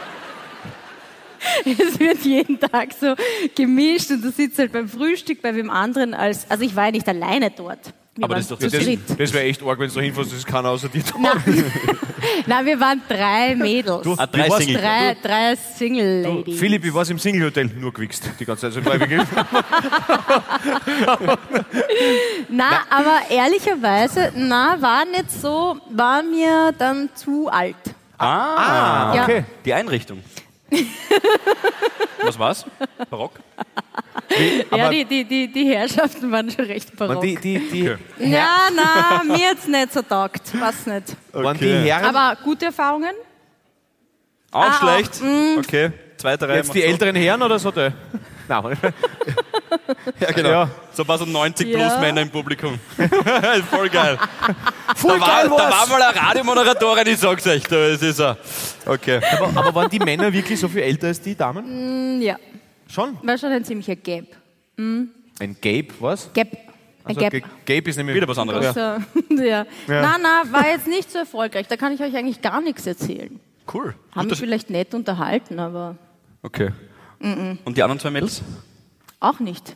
Speaker 4: es wird jeden Tag so gemischt und du sitzt halt beim Frühstück bei wem anderen als, also ich war ja nicht alleine dort. Wir
Speaker 6: Aber
Speaker 4: waren
Speaker 6: das ist doch
Speaker 4: zu
Speaker 5: Das, das
Speaker 4: dritt.
Speaker 5: wäre echt arg, wenn du da hinfährst, das kann außer dir tun.
Speaker 4: Nein, wir waren drei Mädels.
Speaker 6: Ah, drei
Speaker 5: Du warst-
Speaker 6: Single.
Speaker 4: drei, drei Single Ladies.
Speaker 5: Philipp, ich war im Single-Hotel, nur gewichst die ganze Zeit. Also, war ich wirklich-
Speaker 4: Na, aber ehrlicherweise, na, war nicht so, war mir dann zu alt.
Speaker 6: Ah,
Speaker 4: Ja.
Speaker 5: okay.
Speaker 6: die Einrichtung. Was war's? Barock?
Speaker 4: Ja,
Speaker 5: Aber-
Speaker 4: die, die, die, die Herrschaften waren schon recht barock.
Speaker 5: Waren die, die, die,
Speaker 6: Okay.
Speaker 4: ja, na, mir jetzt nicht so taugt, was nicht.
Speaker 5: waren die
Speaker 6: Okay.
Speaker 5: Herren,
Speaker 4: Aber gute Erfahrungen?
Speaker 6: Auch
Speaker 4: Ah,
Speaker 6: schlecht. okay, zweite Reihe.
Speaker 5: jetzt die
Speaker 6: macht's
Speaker 5: älteren Herren oder so? Nein,
Speaker 6: so. Ja, genau.
Speaker 5: Ja.
Speaker 6: So ein paar so 90
Speaker 4: Ja.
Speaker 6: plus Männer im Publikum. Voll geil.
Speaker 5: Voll
Speaker 6: da, war, da war mal eine Radiomoderatorin, ich sag's euch. Da ist es er. Okay.
Speaker 5: aber, aber waren die Männer wirklich so viel älter als die Damen?
Speaker 4: Ja,
Speaker 5: Schon?
Speaker 4: war schon ein ziemlicher Gap.
Speaker 5: Ein Gabe, was?
Speaker 4: Gap. Ein
Speaker 5: Also,
Speaker 4: Gap.
Speaker 5: Ga- Gabe ist nämlich
Speaker 6: Wieder was anderes.
Speaker 4: Also, ja. Na, na, war jetzt nicht so erfolgreich. Da kann ich euch eigentlich gar nichts erzählen.
Speaker 6: Cool.
Speaker 4: Haben mich
Speaker 6: Guter-
Speaker 4: vielleicht nett unterhalten, aber
Speaker 6: Okay. Und die anderen zwei Mädels?
Speaker 4: auch nicht.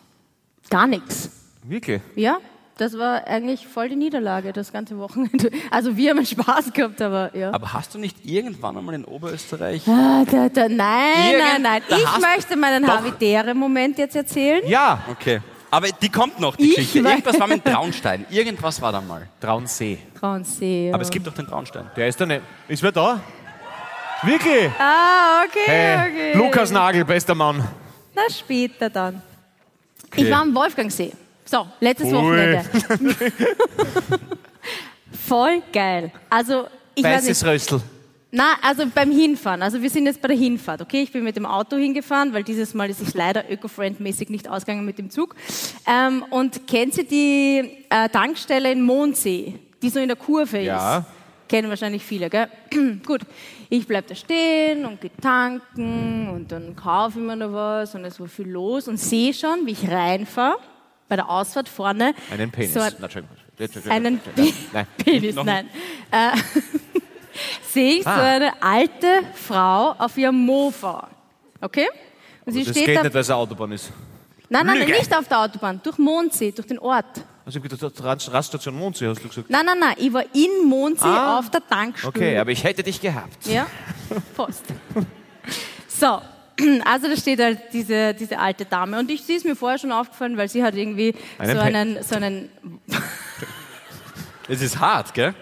Speaker 4: Gar nichts.
Speaker 5: Wirklich?
Speaker 4: Ja, das war eigentlich voll die Niederlage das ganze Wochenende. Also wir haben Spaß gehabt, aber ja.
Speaker 6: Aber hast du nicht irgendwann einmal in Oberösterreich?
Speaker 4: Ah, da, da, nein,
Speaker 6: Irgend-
Speaker 4: nein, nein.
Speaker 6: da
Speaker 4: Ich
Speaker 6: hast-
Speaker 4: möchte meinen Habitäre-Moment jetzt erzählen.
Speaker 5: Ja.
Speaker 6: Okay. Aber die kommt noch, die
Speaker 4: Ich
Speaker 6: Geschichte.
Speaker 4: weiß-
Speaker 6: Irgendwas war mit Traunstein. Irgendwas war da mal.
Speaker 5: Traunsee.
Speaker 4: Traunsee.
Speaker 6: Aber es gibt doch den Traunstein.
Speaker 5: Der ist da nicht. Ist wer da? Wirklich?
Speaker 4: Ah, okay,
Speaker 5: Hey,
Speaker 4: okay.
Speaker 5: Lukas Nagel, bester Mann.
Speaker 4: Na, später dann.
Speaker 5: Okay.
Speaker 4: Ich war am Wolfgangsee. So, letztes
Speaker 5: Ui.
Speaker 4: Wochenende. Voll geil. Also, ich weiß nicht.
Speaker 5: Weißes Röstl.
Speaker 4: Na, also beim Hinfahren. Also wir sind jetzt bei der Hinfahrt, okay? Ich bin mit dem Auto hingefahren, weil dieses Mal ist es leider öko-friend-mäßig nicht ausgegangen mit dem Zug. Ähm, und kennt ihr die äh, Tankstelle in Mondsee, die so in der Kurve
Speaker 5: Ja.
Speaker 4: ist? Kennen wahrscheinlich viele, gell? Gut. Ich bleib da stehen und geh tanken und dann kaufe ich mir noch was und es war viel los und sehe schon, wie ich reinfahre, bei der Ausfahrt vorne.
Speaker 5: Einen Penis.
Speaker 4: So ein-
Speaker 5: Na, Entschuldigung. Entschuldigung.
Speaker 4: einen
Speaker 5: Nein, nein.
Speaker 4: Penis,
Speaker 6: Noch
Speaker 4: nein. Äh, sehe ich so
Speaker 5: Ah.
Speaker 4: eine alte Frau auf ihrem Mofa. Okay? Und sie
Speaker 5: Das
Speaker 4: steht
Speaker 5: geht
Speaker 4: da.
Speaker 5: nicht, weil es eine Autobahn ist.
Speaker 4: Nein, nein,
Speaker 5: Lüge.
Speaker 4: nicht auf der Autobahn, durch Mondsee, durch den Ort.
Speaker 5: Also, ich hab gedacht, Raststation Mondsee, hast du gesagt.
Speaker 4: Nein, nein, nein, ich war in Mondsee
Speaker 5: Ah.
Speaker 4: auf der Tankstelle.
Speaker 5: Okay, aber ich hätte dich gehabt.
Speaker 4: Ja, fast. So, also da steht halt diese, diese alte Dame. Und ich, sie ist mir vorher schon aufgefallen, weil sie hat irgendwie
Speaker 5: Einen
Speaker 4: so
Speaker 5: Pe-
Speaker 4: einen, so einen
Speaker 6: Es ist hart, gell?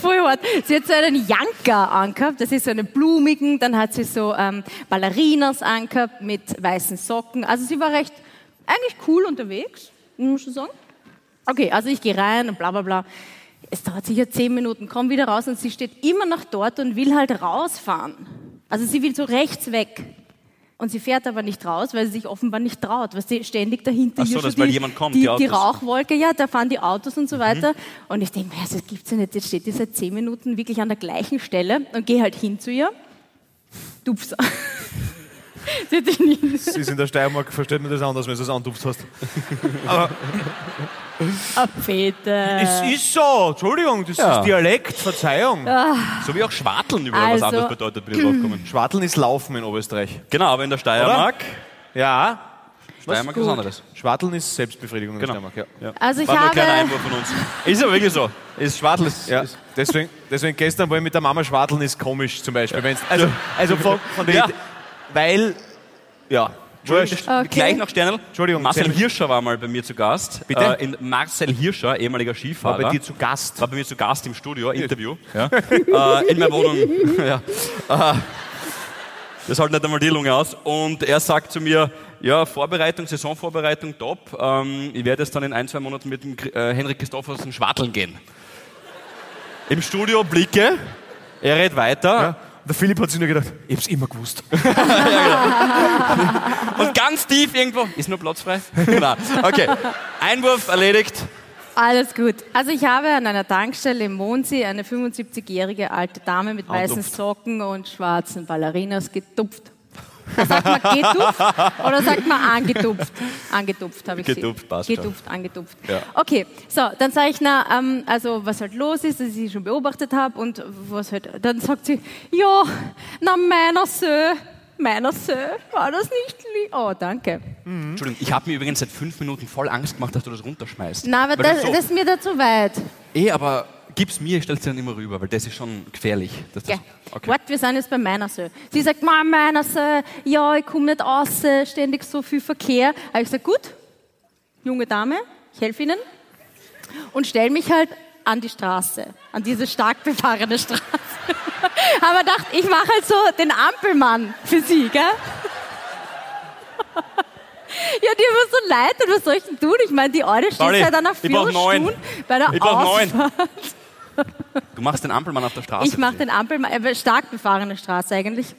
Speaker 4: Voll hart. Sie hat so einen Janker angehabt, das ist so einen blumigen, dann hat sie so ähm, Ballerinas angehabt mit weißen Socken. Also sie war recht, eigentlich cool unterwegs, muss ich sagen. Okay, also ich gehe rein und bla bla bla. Es dauert sicher zehn Minuten, komm wieder raus und sie steht immer noch dort und will halt rausfahren. Also sie will so rechts weg. Und sie fährt aber nicht raus, weil sie sich offenbar nicht traut, weil sie ständig dahinter
Speaker 6: Ach so,
Speaker 4: hier
Speaker 6: dass
Speaker 4: schon
Speaker 6: weil
Speaker 4: die,
Speaker 6: jemand kommt,
Speaker 4: die,
Speaker 6: die
Speaker 4: die,
Speaker 6: Autos. Mhm.
Speaker 4: Rauchwolke, ja, da fahren die Autos und so weiter. Und ich denke mir, also das gibt's ja nicht, jetzt steht die seit zehn Minuten wirklich an der gleichen Stelle und gehe halt hin zu ihr. Dups. sie hat dich nie
Speaker 5: Das ist in der Steiermark, versteht man das anders, wenn du das antupft hast.
Speaker 4: Abfete.
Speaker 5: Es ist so, Entschuldigung, das
Speaker 6: Ja.
Speaker 5: ist Dialekt, Verzeihung.
Speaker 6: So wie auch Schwarteln überall was
Speaker 4: Also-
Speaker 6: anderes bedeutet, bin ich draufgekommen.
Speaker 5: Schwarteln ist Laufen in Österreich.
Speaker 6: Genau, aber in der Steiermark.
Speaker 5: Ja, Genau.
Speaker 6: Steiermark ist was anderes.
Speaker 5: Schwarteln ist Selbstbefriedigung in der Steiermark. Ja.
Speaker 4: Also ich
Speaker 6: War nur ein kleiner
Speaker 4: habe
Speaker 6: Einwurf von uns. Ist aber wirklich so. Ist Schwartel ist.
Speaker 5: Ja,
Speaker 6: ist-
Speaker 5: deswegen, deswegen gestern war ich mit der Mama schwarteln, ist komisch zum Beispiel. Wenn's, also, also von, von der
Speaker 6: Ja.
Speaker 5: Idee- Weil, ja, wurscht.
Speaker 6: Entschuldigung, Gleich noch Sternel.
Speaker 5: Entschuldigung,
Speaker 6: Marcel
Speaker 5: Sternl.
Speaker 6: Hirscher war mal bei mir zu Gast.
Speaker 5: Bitte?
Speaker 6: Äh, in Marcel Hirscher, ehemaliger
Speaker 5: War
Speaker 6: Skifahrer.
Speaker 5: bei dir zu Gast.
Speaker 6: war bei mir zu Gast im Studio, Interview. Ja. äh, in meiner Wohnung. ja. äh, das hält nicht einmal die Lunge aus. Und er sagt zu mir, ja, Vorbereitung, Saisonvorbereitung, top. Ähm, ich werde jetzt dann in ein, zwei Monaten mit dem Kri- äh, Henrik Christoffersen schwarteln gehen. Im Studio blicke, er redet weiter.
Speaker 5: Ja. Der Philipp hat sich nur gedacht, ich hab's immer gewusst.
Speaker 6: Und ganz tief irgendwo. Ist nur Platz frei? Nein. Okay. Einwurf erledigt.
Speaker 4: Alles gut. Also ich habe an einer Tankstelle im Mondsee eine 75-jährige alte Dame mit weißen
Speaker 6: Antupft.
Speaker 4: Socken und schwarzen Ballerinas getupft. Da sagt man getupft oder sagt man angetupft? Angetupft habe ich
Speaker 6: Getupft,
Speaker 4: sie.
Speaker 6: passt schon.
Speaker 4: Getupft, angetupft.
Speaker 6: Ja.
Speaker 4: Okay, so, dann sage ich, na, ähm, also was halt los ist, dass ich sie schon beobachtet habe und was halt, dann sagt sie, ja, na meiner Sö, meiner Sö, war das nicht lieb? Oh, danke.
Speaker 6: Entschuldigung, ich habe mir übrigens seit fünf Minuten voll Angst gemacht, dass du das runterschmeißt.
Speaker 4: Na, aber
Speaker 6: Weil du
Speaker 4: das, das ist mir da zu weit.
Speaker 6: Eh, aber gib's mir, ich stell's dir dann immer rüber, weil das ist schon gefährlich. Dass das,
Speaker 4: Okay. What, wir sind jetzt bei meiner Sö. Sie sagt, Ma, meiner Sö, ja, ich komme nicht raus, äh, ständig so viel Verkehr. Aber ich sage, gut, junge Dame, ich helfe Ihnen. Und stelle mich halt an die Straße, an diese stark befahrene Straße. Aber dachte, ich mache halt so den Ampelmann für Sie, gell? Ja, dir wird so leid, und was soll ich denn tun? Ich meine, die Eure steht
Speaker 6: Sorry,
Speaker 4: seit einer
Speaker 6: ich brauch neun.
Speaker 4: Viertelstunde bei der
Speaker 6: Ich brauch neun.
Speaker 4: Ausfahrt.
Speaker 6: Du machst den Ampelmann auf der Straße.
Speaker 4: Ich mache den Ampelmann, äh, stark befahrene Straße eigentlich.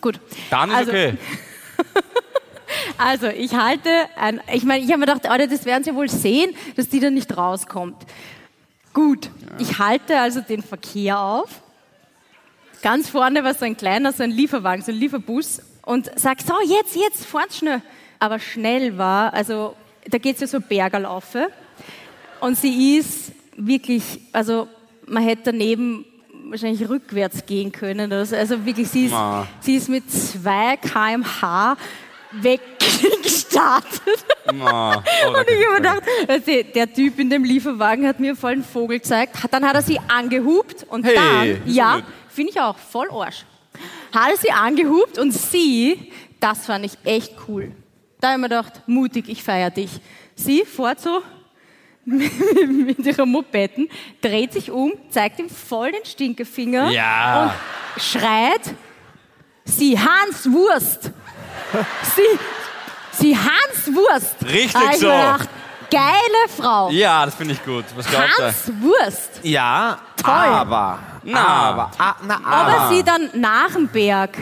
Speaker 4: Gut.
Speaker 6: Dann ist
Speaker 4: also,
Speaker 6: okay.
Speaker 4: Also, ich halte ein, ich meine, ich habe mir gedacht, Alter, das werden sie wohl sehen, dass die da nicht rauskommt. Gut, ich halte also den Verkehr auf. Ganz vorne war so ein kleiner, so ein Lieferwagen, so ein Lieferbus und sagt, so, jetzt, jetzt, fahrt schnell. Aber schnell war, also, da geht es ja so Bergerlaufe. Und sie ist wirklich, also man hätte daneben wahrscheinlich rückwärts gehen können. Oder so. Also wirklich, sie ist,
Speaker 6: Ma.
Speaker 4: sie ist mit 2 km/h weggestartet.
Speaker 6: Na, oh,
Speaker 4: Und ich habe mir gedacht, weißt du, der Typ in dem Lieferwagen hat mir voll einen Vogel gezeigt. Hat- Dann hat er sie angehupt und
Speaker 6: Hey,
Speaker 4: dann,
Speaker 6: ist
Speaker 4: ja,
Speaker 6: gut.
Speaker 4: finde ich auch, voll Arsch. Hat er sie angehupt und sie, das fand ich echt cool. Da habe ich mir gedacht, mutig, ich feiere dich. Sie fährt so mit ihren Mopetten, dreht sich um, zeigt ihm voll den Stinkefinger
Speaker 6: Ja.
Speaker 4: und schreit, sie Hans Wurst. sie, sie Hans Wurst.
Speaker 6: Richtig
Speaker 4: Da hab ich
Speaker 6: so.
Speaker 4: mir gedacht, geile Frau.
Speaker 6: Ja, das finde ich gut. Was glaubt er?
Speaker 4: Hans Wurst.
Speaker 5: Ja, aber,
Speaker 6: Na.
Speaker 5: aber, ah, na,
Speaker 4: Ob
Speaker 5: aber.
Speaker 4: er sie dann nach dem Berg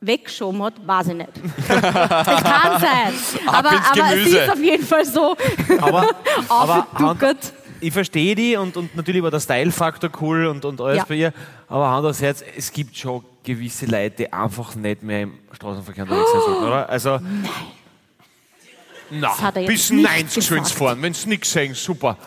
Speaker 4: weggeschoben hat, weiß ich nicht. das kann sein.
Speaker 6: Ab
Speaker 4: Aber,
Speaker 6: ins
Speaker 4: aber sie
Speaker 6: Gemüse.
Speaker 4: ist auf jeden Fall so
Speaker 5: Aber, aber
Speaker 4: aufgeduckert.
Speaker 5: ich verstehe die und, und natürlich war der Style-Faktor cool und, und alles
Speaker 4: Ja.
Speaker 5: bei ihr. Aber andererseits, es gibt schon gewisse Leute, die einfach nicht mehr im Straßenverkehr unterwegs sein sollten, oder? Also,
Speaker 4: Oh. Das hat er jetzt
Speaker 5: na, bis
Speaker 4: nicht
Speaker 5: 90 schön
Speaker 4: gesagt.
Speaker 5: fahren, wenn sie nichts sehen, super.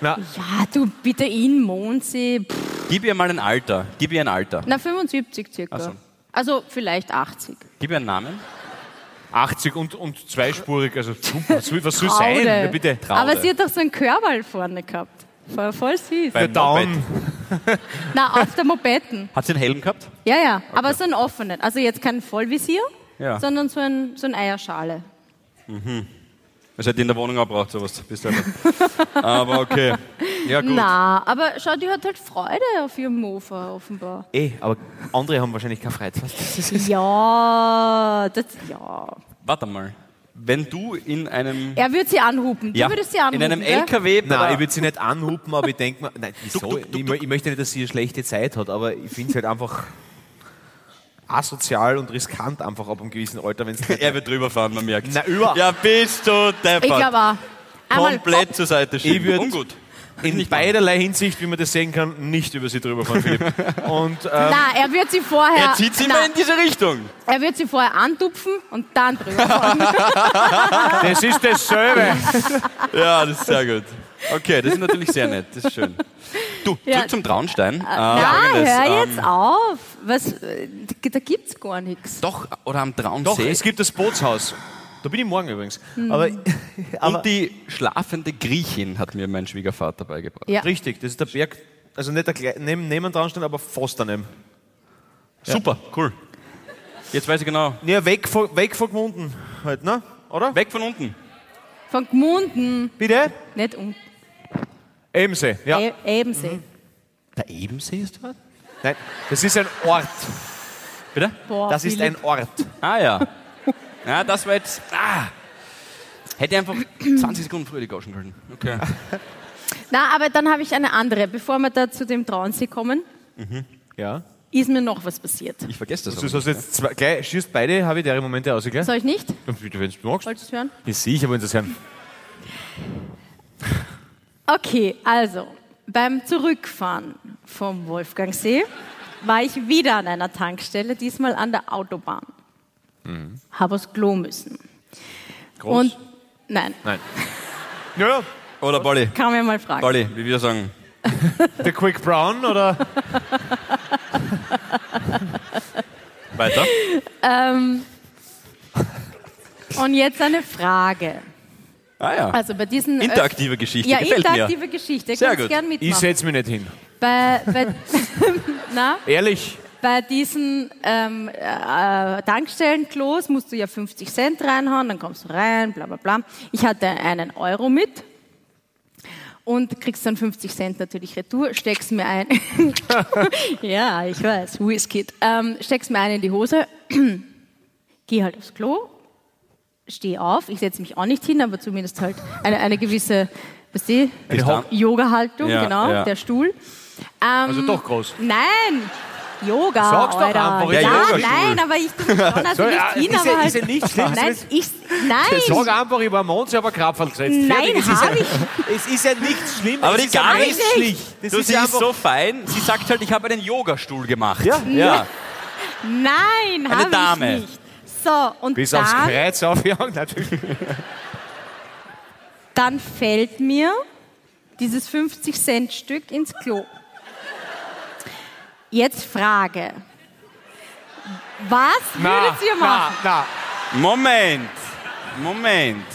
Speaker 5: Na,
Speaker 4: Ja, du bitte ihn, Mondsee. Pff.
Speaker 6: Gib ihr mal ein Alter. Gib ihr ein Alter.
Speaker 4: Na, 75 circa.
Speaker 6: Ach so.
Speaker 4: Also vielleicht 80.
Speaker 6: Gib ihr einen Namen.
Speaker 5: 80 und, und zweispurig, also super, was soll- was soll
Speaker 4: Traude.
Speaker 5: sein?
Speaker 6: ne,
Speaker 5: Ja, bitte.
Speaker 4: Aber sie hat doch so einen Körball vorne gehabt. Voll, voll süß.
Speaker 6: Beim
Speaker 5: Down.
Speaker 6: Moped.
Speaker 4: Na, auf der Mopetten.
Speaker 6: Hat sie einen Helm gehabt?
Speaker 4: Ja, ja. Aber so einen offenen. Also jetzt kein Vollvisier,
Speaker 6: Ja.
Speaker 4: sondern so ein, so ein Eierschale.
Speaker 6: Das hätte in der Wohnung auch braucht, sowas. Bist du aber- aber okay. Ja, gut.
Speaker 4: Na, aber schau, die hat halt Freude auf ihrem Mofa offenbar.
Speaker 5: Eh, aber andere haben wahrscheinlich keine Freizeit.
Speaker 4: Ja, das, ja.
Speaker 6: Warte mal. Wenn du in einem.
Speaker 4: Er würde sie anhupen. Du würdest sie anhupen.
Speaker 6: in einem
Speaker 4: gell?
Speaker 6: LKW. bei
Speaker 5: Nein,
Speaker 6: der-
Speaker 5: ich würde sie nicht anhupen, aber ich denke mir, nein, wieso?
Speaker 6: Duck, duck, duck,
Speaker 5: ich, mö- ich möchte nicht, dass sie eine schlechte Zeit hat, aber ich finde es halt einfach asozial und riskant einfach ab einem gewissen Alter, wenn es nicht...
Speaker 6: er wird drüber fahren, man merkt.
Speaker 5: Na, über.
Speaker 6: Ja, bist du deppert.
Speaker 4: Ich glaube auch. Einmal
Speaker 6: Komplett zur Seite schieben.
Speaker 5: Ich würd-
Speaker 6: Ungut.
Speaker 5: In beiderlei Hinsicht, wie man das sehen kann, nicht über sie drüber fahren, Philipp. Und äh,
Speaker 4: Na, er wird sie vorher.
Speaker 6: Er zieht sie
Speaker 4: na,
Speaker 6: immer in diese Richtung.
Speaker 4: er wird sie vorher antupfen und dann drüber. fahren.
Speaker 5: das ist dasselbe.
Speaker 6: Ja, das ist sehr gut. Okay, das ist natürlich sehr nett. Das ist schön. Du, zurück
Speaker 4: Ja.
Speaker 6: zum Traunstein. Äh,
Speaker 4: Na,
Speaker 6: folgendes,
Speaker 4: hör
Speaker 6: ähm,
Speaker 4: jetzt auf. Was, äh, da gibt's gar nichts.
Speaker 6: Doch, oder am
Speaker 5: Doch,
Speaker 6: Traunsee.
Speaker 5: es gibt das Bootshaus. Da bin ich morgen übrigens. Aber, aber
Speaker 6: Und die schlafende Griechin hat mir mein Schwiegervater beigebracht.
Speaker 4: Ja.
Speaker 5: richtig, das ist der Berg, also nicht der Kle- neben, neben Traunstein, aber fast daneben.
Speaker 6: Super, cool. Jetzt weiß ich genau.
Speaker 5: Ja, weg von, weg von Gmunden halt, ne? Oder?
Speaker 6: Weg von unten.
Speaker 4: Von Gmunden,
Speaker 5: Bitte?
Speaker 4: nicht unten.
Speaker 5: Ebensee, ja.
Speaker 4: E Ebensee.
Speaker 6: Mhm. Der Ebensee ist dort?
Speaker 5: Nein, das ist ein Ort.
Speaker 6: Bitte?
Speaker 4: Boah,
Speaker 5: Das ist
Speaker 4: Philipp.
Speaker 5: ein Ort.
Speaker 6: Ah ja. Ja, das war jetzt. Ah. Hätte einfach 20 Sekunden früher die Gauschen können. Okay.
Speaker 4: Na, aber dann habe ich eine andere. Bevor wir da zu dem Traunsee kommen,
Speaker 5: Ja.
Speaker 4: ist mir noch was passiert.
Speaker 6: Ich vergesse das.
Speaker 5: Du
Speaker 6: aber.
Speaker 5: sollst jetzt zwei, gleich, schießt beide habitäre Momente aus, gell?
Speaker 4: Soll ich nicht?
Speaker 5: Bitte, wenn du magst.
Speaker 4: Wolltest du es hören?
Speaker 5: Ich sehe, ich habe das hören.
Speaker 4: Okay, also beim Zurückfahren vom Wolfgangsee war ich wieder an einer Tankstelle, diesmal an der Autobahn.
Speaker 6: Mhm.
Speaker 4: Habe aufs Klo müssen.
Speaker 5: Groß?
Speaker 4: Und nein,
Speaker 5: Nein. Ja,
Speaker 6: Oder Bolli.
Speaker 4: kann man mal fragen.
Speaker 6: Bolli, wie wir sagen.
Speaker 5: der Quick Brown oder?
Speaker 6: Weiter.
Speaker 4: Ähm, Und jetzt eine Frage.
Speaker 6: Ah ja.
Speaker 4: Also bei diesen Öff-
Speaker 6: interaktive Geschichte.
Speaker 4: ja,
Speaker 6: Gefällt
Speaker 4: interaktive
Speaker 6: mir.
Speaker 4: Geschichte,
Speaker 6: Sehr
Speaker 4: kannst
Speaker 6: gut.
Speaker 4: gern
Speaker 5: Ich
Speaker 4: mitmachen.
Speaker 5: setze mich nicht hin.
Speaker 4: Bei, bei, na,
Speaker 5: Ehrlich,
Speaker 4: bei diesen ähm, äh, Tankstellenklos musst du ja 50 Cent reinhauen, dann kommst du rein, bla bla bla. Ich hatte einen Euro mit und kriegst dann 50 Cent natürlich retour, steckst mir ein, ja, ich weiß, Whisky, ähm, steckst mir ein in die Hose, geh halt aufs Klo, steh auf, ich setze mich auch nicht hin, aber zumindest halt eine, eine gewisse, weißt du,
Speaker 6: Distanz.
Speaker 4: Yoga-Haltung,
Speaker 6: Ja,
Speaker 4: genau,
Speaker 6: ja.
Speaker 4: der Stuhl. Ähm,
Speaker 5: also doch groß.
Speaker 4: Nein! Yoga,
Speaker 5: Sag's doch
Speaker 4: Alter.
Speaker 5: einfach,
Speaker 4: ja,
Speaker 5: ist Yogastuhl.
Speaker 4: nein, aber ich tue mich schon natürlich
Speaker 5: ja,
Speaker 4: hin,
Speaker 5: ist ja-
Speaker 4: aber halt...
Speaker 5: ist ja nicht schlimm,
Speaker 4: nein,
Speaker 5: ist-
Speaker 4: ich, nein,
Speaker 5: Sag einfach, ich war am Mond, ich habe einen Krapferl gesetzt.
Speaker 4: Nein,
Speaker 5: Fertig, es ist
Speaker 4: hab
Speaker 5: ja, Es ist ja nichts Schlimmes.
Speaker 6: Aber
Speaker 5: es
Speaker 6: die
Speaker 5: ist ja
Speaker 6: Gabi-
Speaker 5: menschlich. Das
Speaker 6: Du,
Speaker 5: ist
Speaker 6: sie
Speaker 5: ja
Speaker 6: ist
Speaker 5: einfach-
Speaker 6: so fein. Sie sagt halt, ich habe einen Yogastuhl gemacht.
Speaker 5: Ja.
Speaker 6: ja.
Speaker 4: nein,
Speaker 6: Eine
Speaker 4: habe
Speaker 6: Dame.
Speaker 4: ich nicht. So, und
Speaker 5: Bis aufs
Speaker 4: dann,
Speaker 5: Kreuz aufjagen, natürlich.
Speaker 4: dann fällt mir dieses 50-Cent-Stück ins Klo. Jetzt Frage. Was würdet ihr
Speaker 5: na,
Speaker 4: machen?
Speaker 5: na.
Speaker 6: Moment. Moment.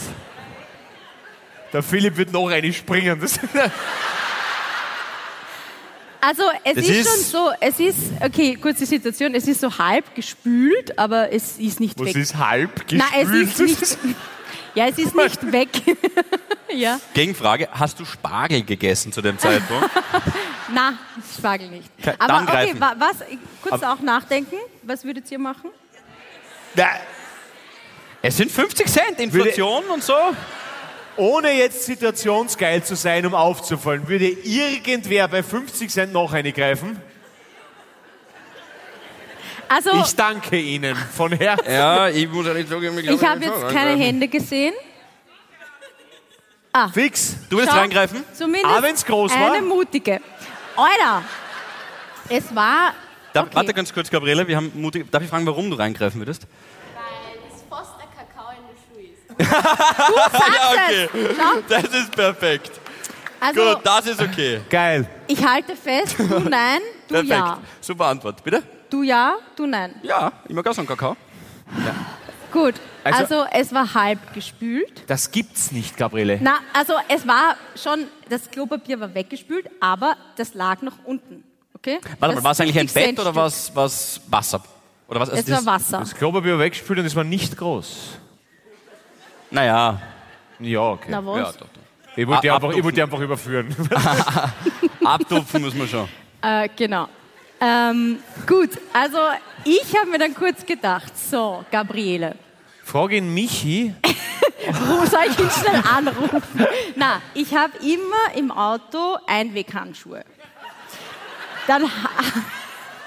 Speaker 5: Der Philipp wird noch eine springen. Das
Speaker 4: Also es
Speaker 6: Das
Speaker 4: ist,
Speaker 6: ist-
Speaker 4: schon so, es ist, okay, kurze Situation, es ist so halb gespült, aber es ist nicht
Speaker 5: was
Speaker 4: weg.
Speaker 5: ist halb
Speaker 4: Nein, es ist
Speaker 5: gespült?
Speaker 4: nicht. Ja, es ist nicht weg. ja,
Speaker 6: Gegenfrage, hast du Spargel gegessen zu dem Zeitpunkt?
Speaker 4: na, Spargel nicht.
Speaker 6: Ke-
Speaker 4: Aber
Speaker 6: dann
Speaker 4: okay,
Speaker 6: greifen.
Speaker 4: wa was? Kurz auch nachdenken. Was würdet ihr machen?
Speaker 5: Na,
Speaker 6: es sind 50 Cent, Inflation und so.
Speaker 5: ohne jetzt situationsgeil zu sein, um aufzufallen, würde irgendwer bei 50 Cent noch eine greifen?
Speaker 4: Also
Speaker 5: Ich danke Ihnen von Herzen.
Speaker 6: Ja, ich muss ehrlich sagen,
Speaker 4: ich, habe jetzt keine Hände gesehen.
Speaker 5: Fix.
Speaker 6: Du willst
Speaker 4: Schau,
Speaker 6: reingreifen?
Speaker 4: Zumindest
Speaker 5: Ah, wenn's groß
Speaker 4: eine
Speaker 5: war?
Speaker 4: mutige. Alter, es war
Speaker 6: Da,
Speaker 4: Okay.
Speaker 6: Warte ganz kurz, Gabriele, wir haben mutig, darf ich fragen, warum du reingreifen würdest?
Speaker 7: Weil das Foster Kakao in der Schuhe ist.
Speaker 6: ja, okay.
Speaker 4: Schau,
Speaker 6: Das ist perfekt.
Speaker 4: also
Speaker 6: Gut, das ist okay.
Speaker 5: Geil.
Speaker 4: ich halte fest, du nein, du
Speaker 6: Perfekt.
Speaker 4: ja.
Speaker 6: Super Antwort. Bitte?
Speaker 4: Du ja, du nein.
Speaker 6: Ja, ich mag auch so einen Kakao.
Speaker 4: Gut. Also,
Speaker 5: Also-
Speaker 4: es war halb gespült.
Speaker 5: Das gibt's nicht, Gabriele.
Speaker 4: Na, also es war schon, das Klopapier war weggespült, aber das lag noch unten. Okay?
Speaker 6: Warte mal,
Speaker 4: Das
Speaker 6: war es eigentlich ein
Speaker 4: 50
Speaker 6: Bett oder
Speaker 4: Cent
Speaker 6: war es was Wasser? Oder was?
Speaker 4: Stück. Es
Speaker 6: Also
Speaker 4: war
Speaker 6: dieses-
Speaker 4: Wasser.
Speaker 5: Das Klopapier weggespült und es war nicht groß.
Speaker 6: Naja.
Speaker 5: Ja, okay.
Speaker 4: Na was?
Speaker 6: Ja, doch, doch.
Speaker 5: Ich wollte die
Speaker 6: Ah,
Speaker 5: einfach, ich
Speaker 6: abtupfen.
Speaker 5: wollte die einfach überführen.
Speaker 6: Abtupfen müssen wir schon.
Speaker 4: Äh, genau. Ähm, gut, also ich habe mir dann kurz gedacht, so, Gabriele,
Speaker 5: Frage in Michi.
Speaker 4: wo soll ich ihn schnell anrufen? Na, ich habe immer im Auto Einweghandschuhe. Dann, ha-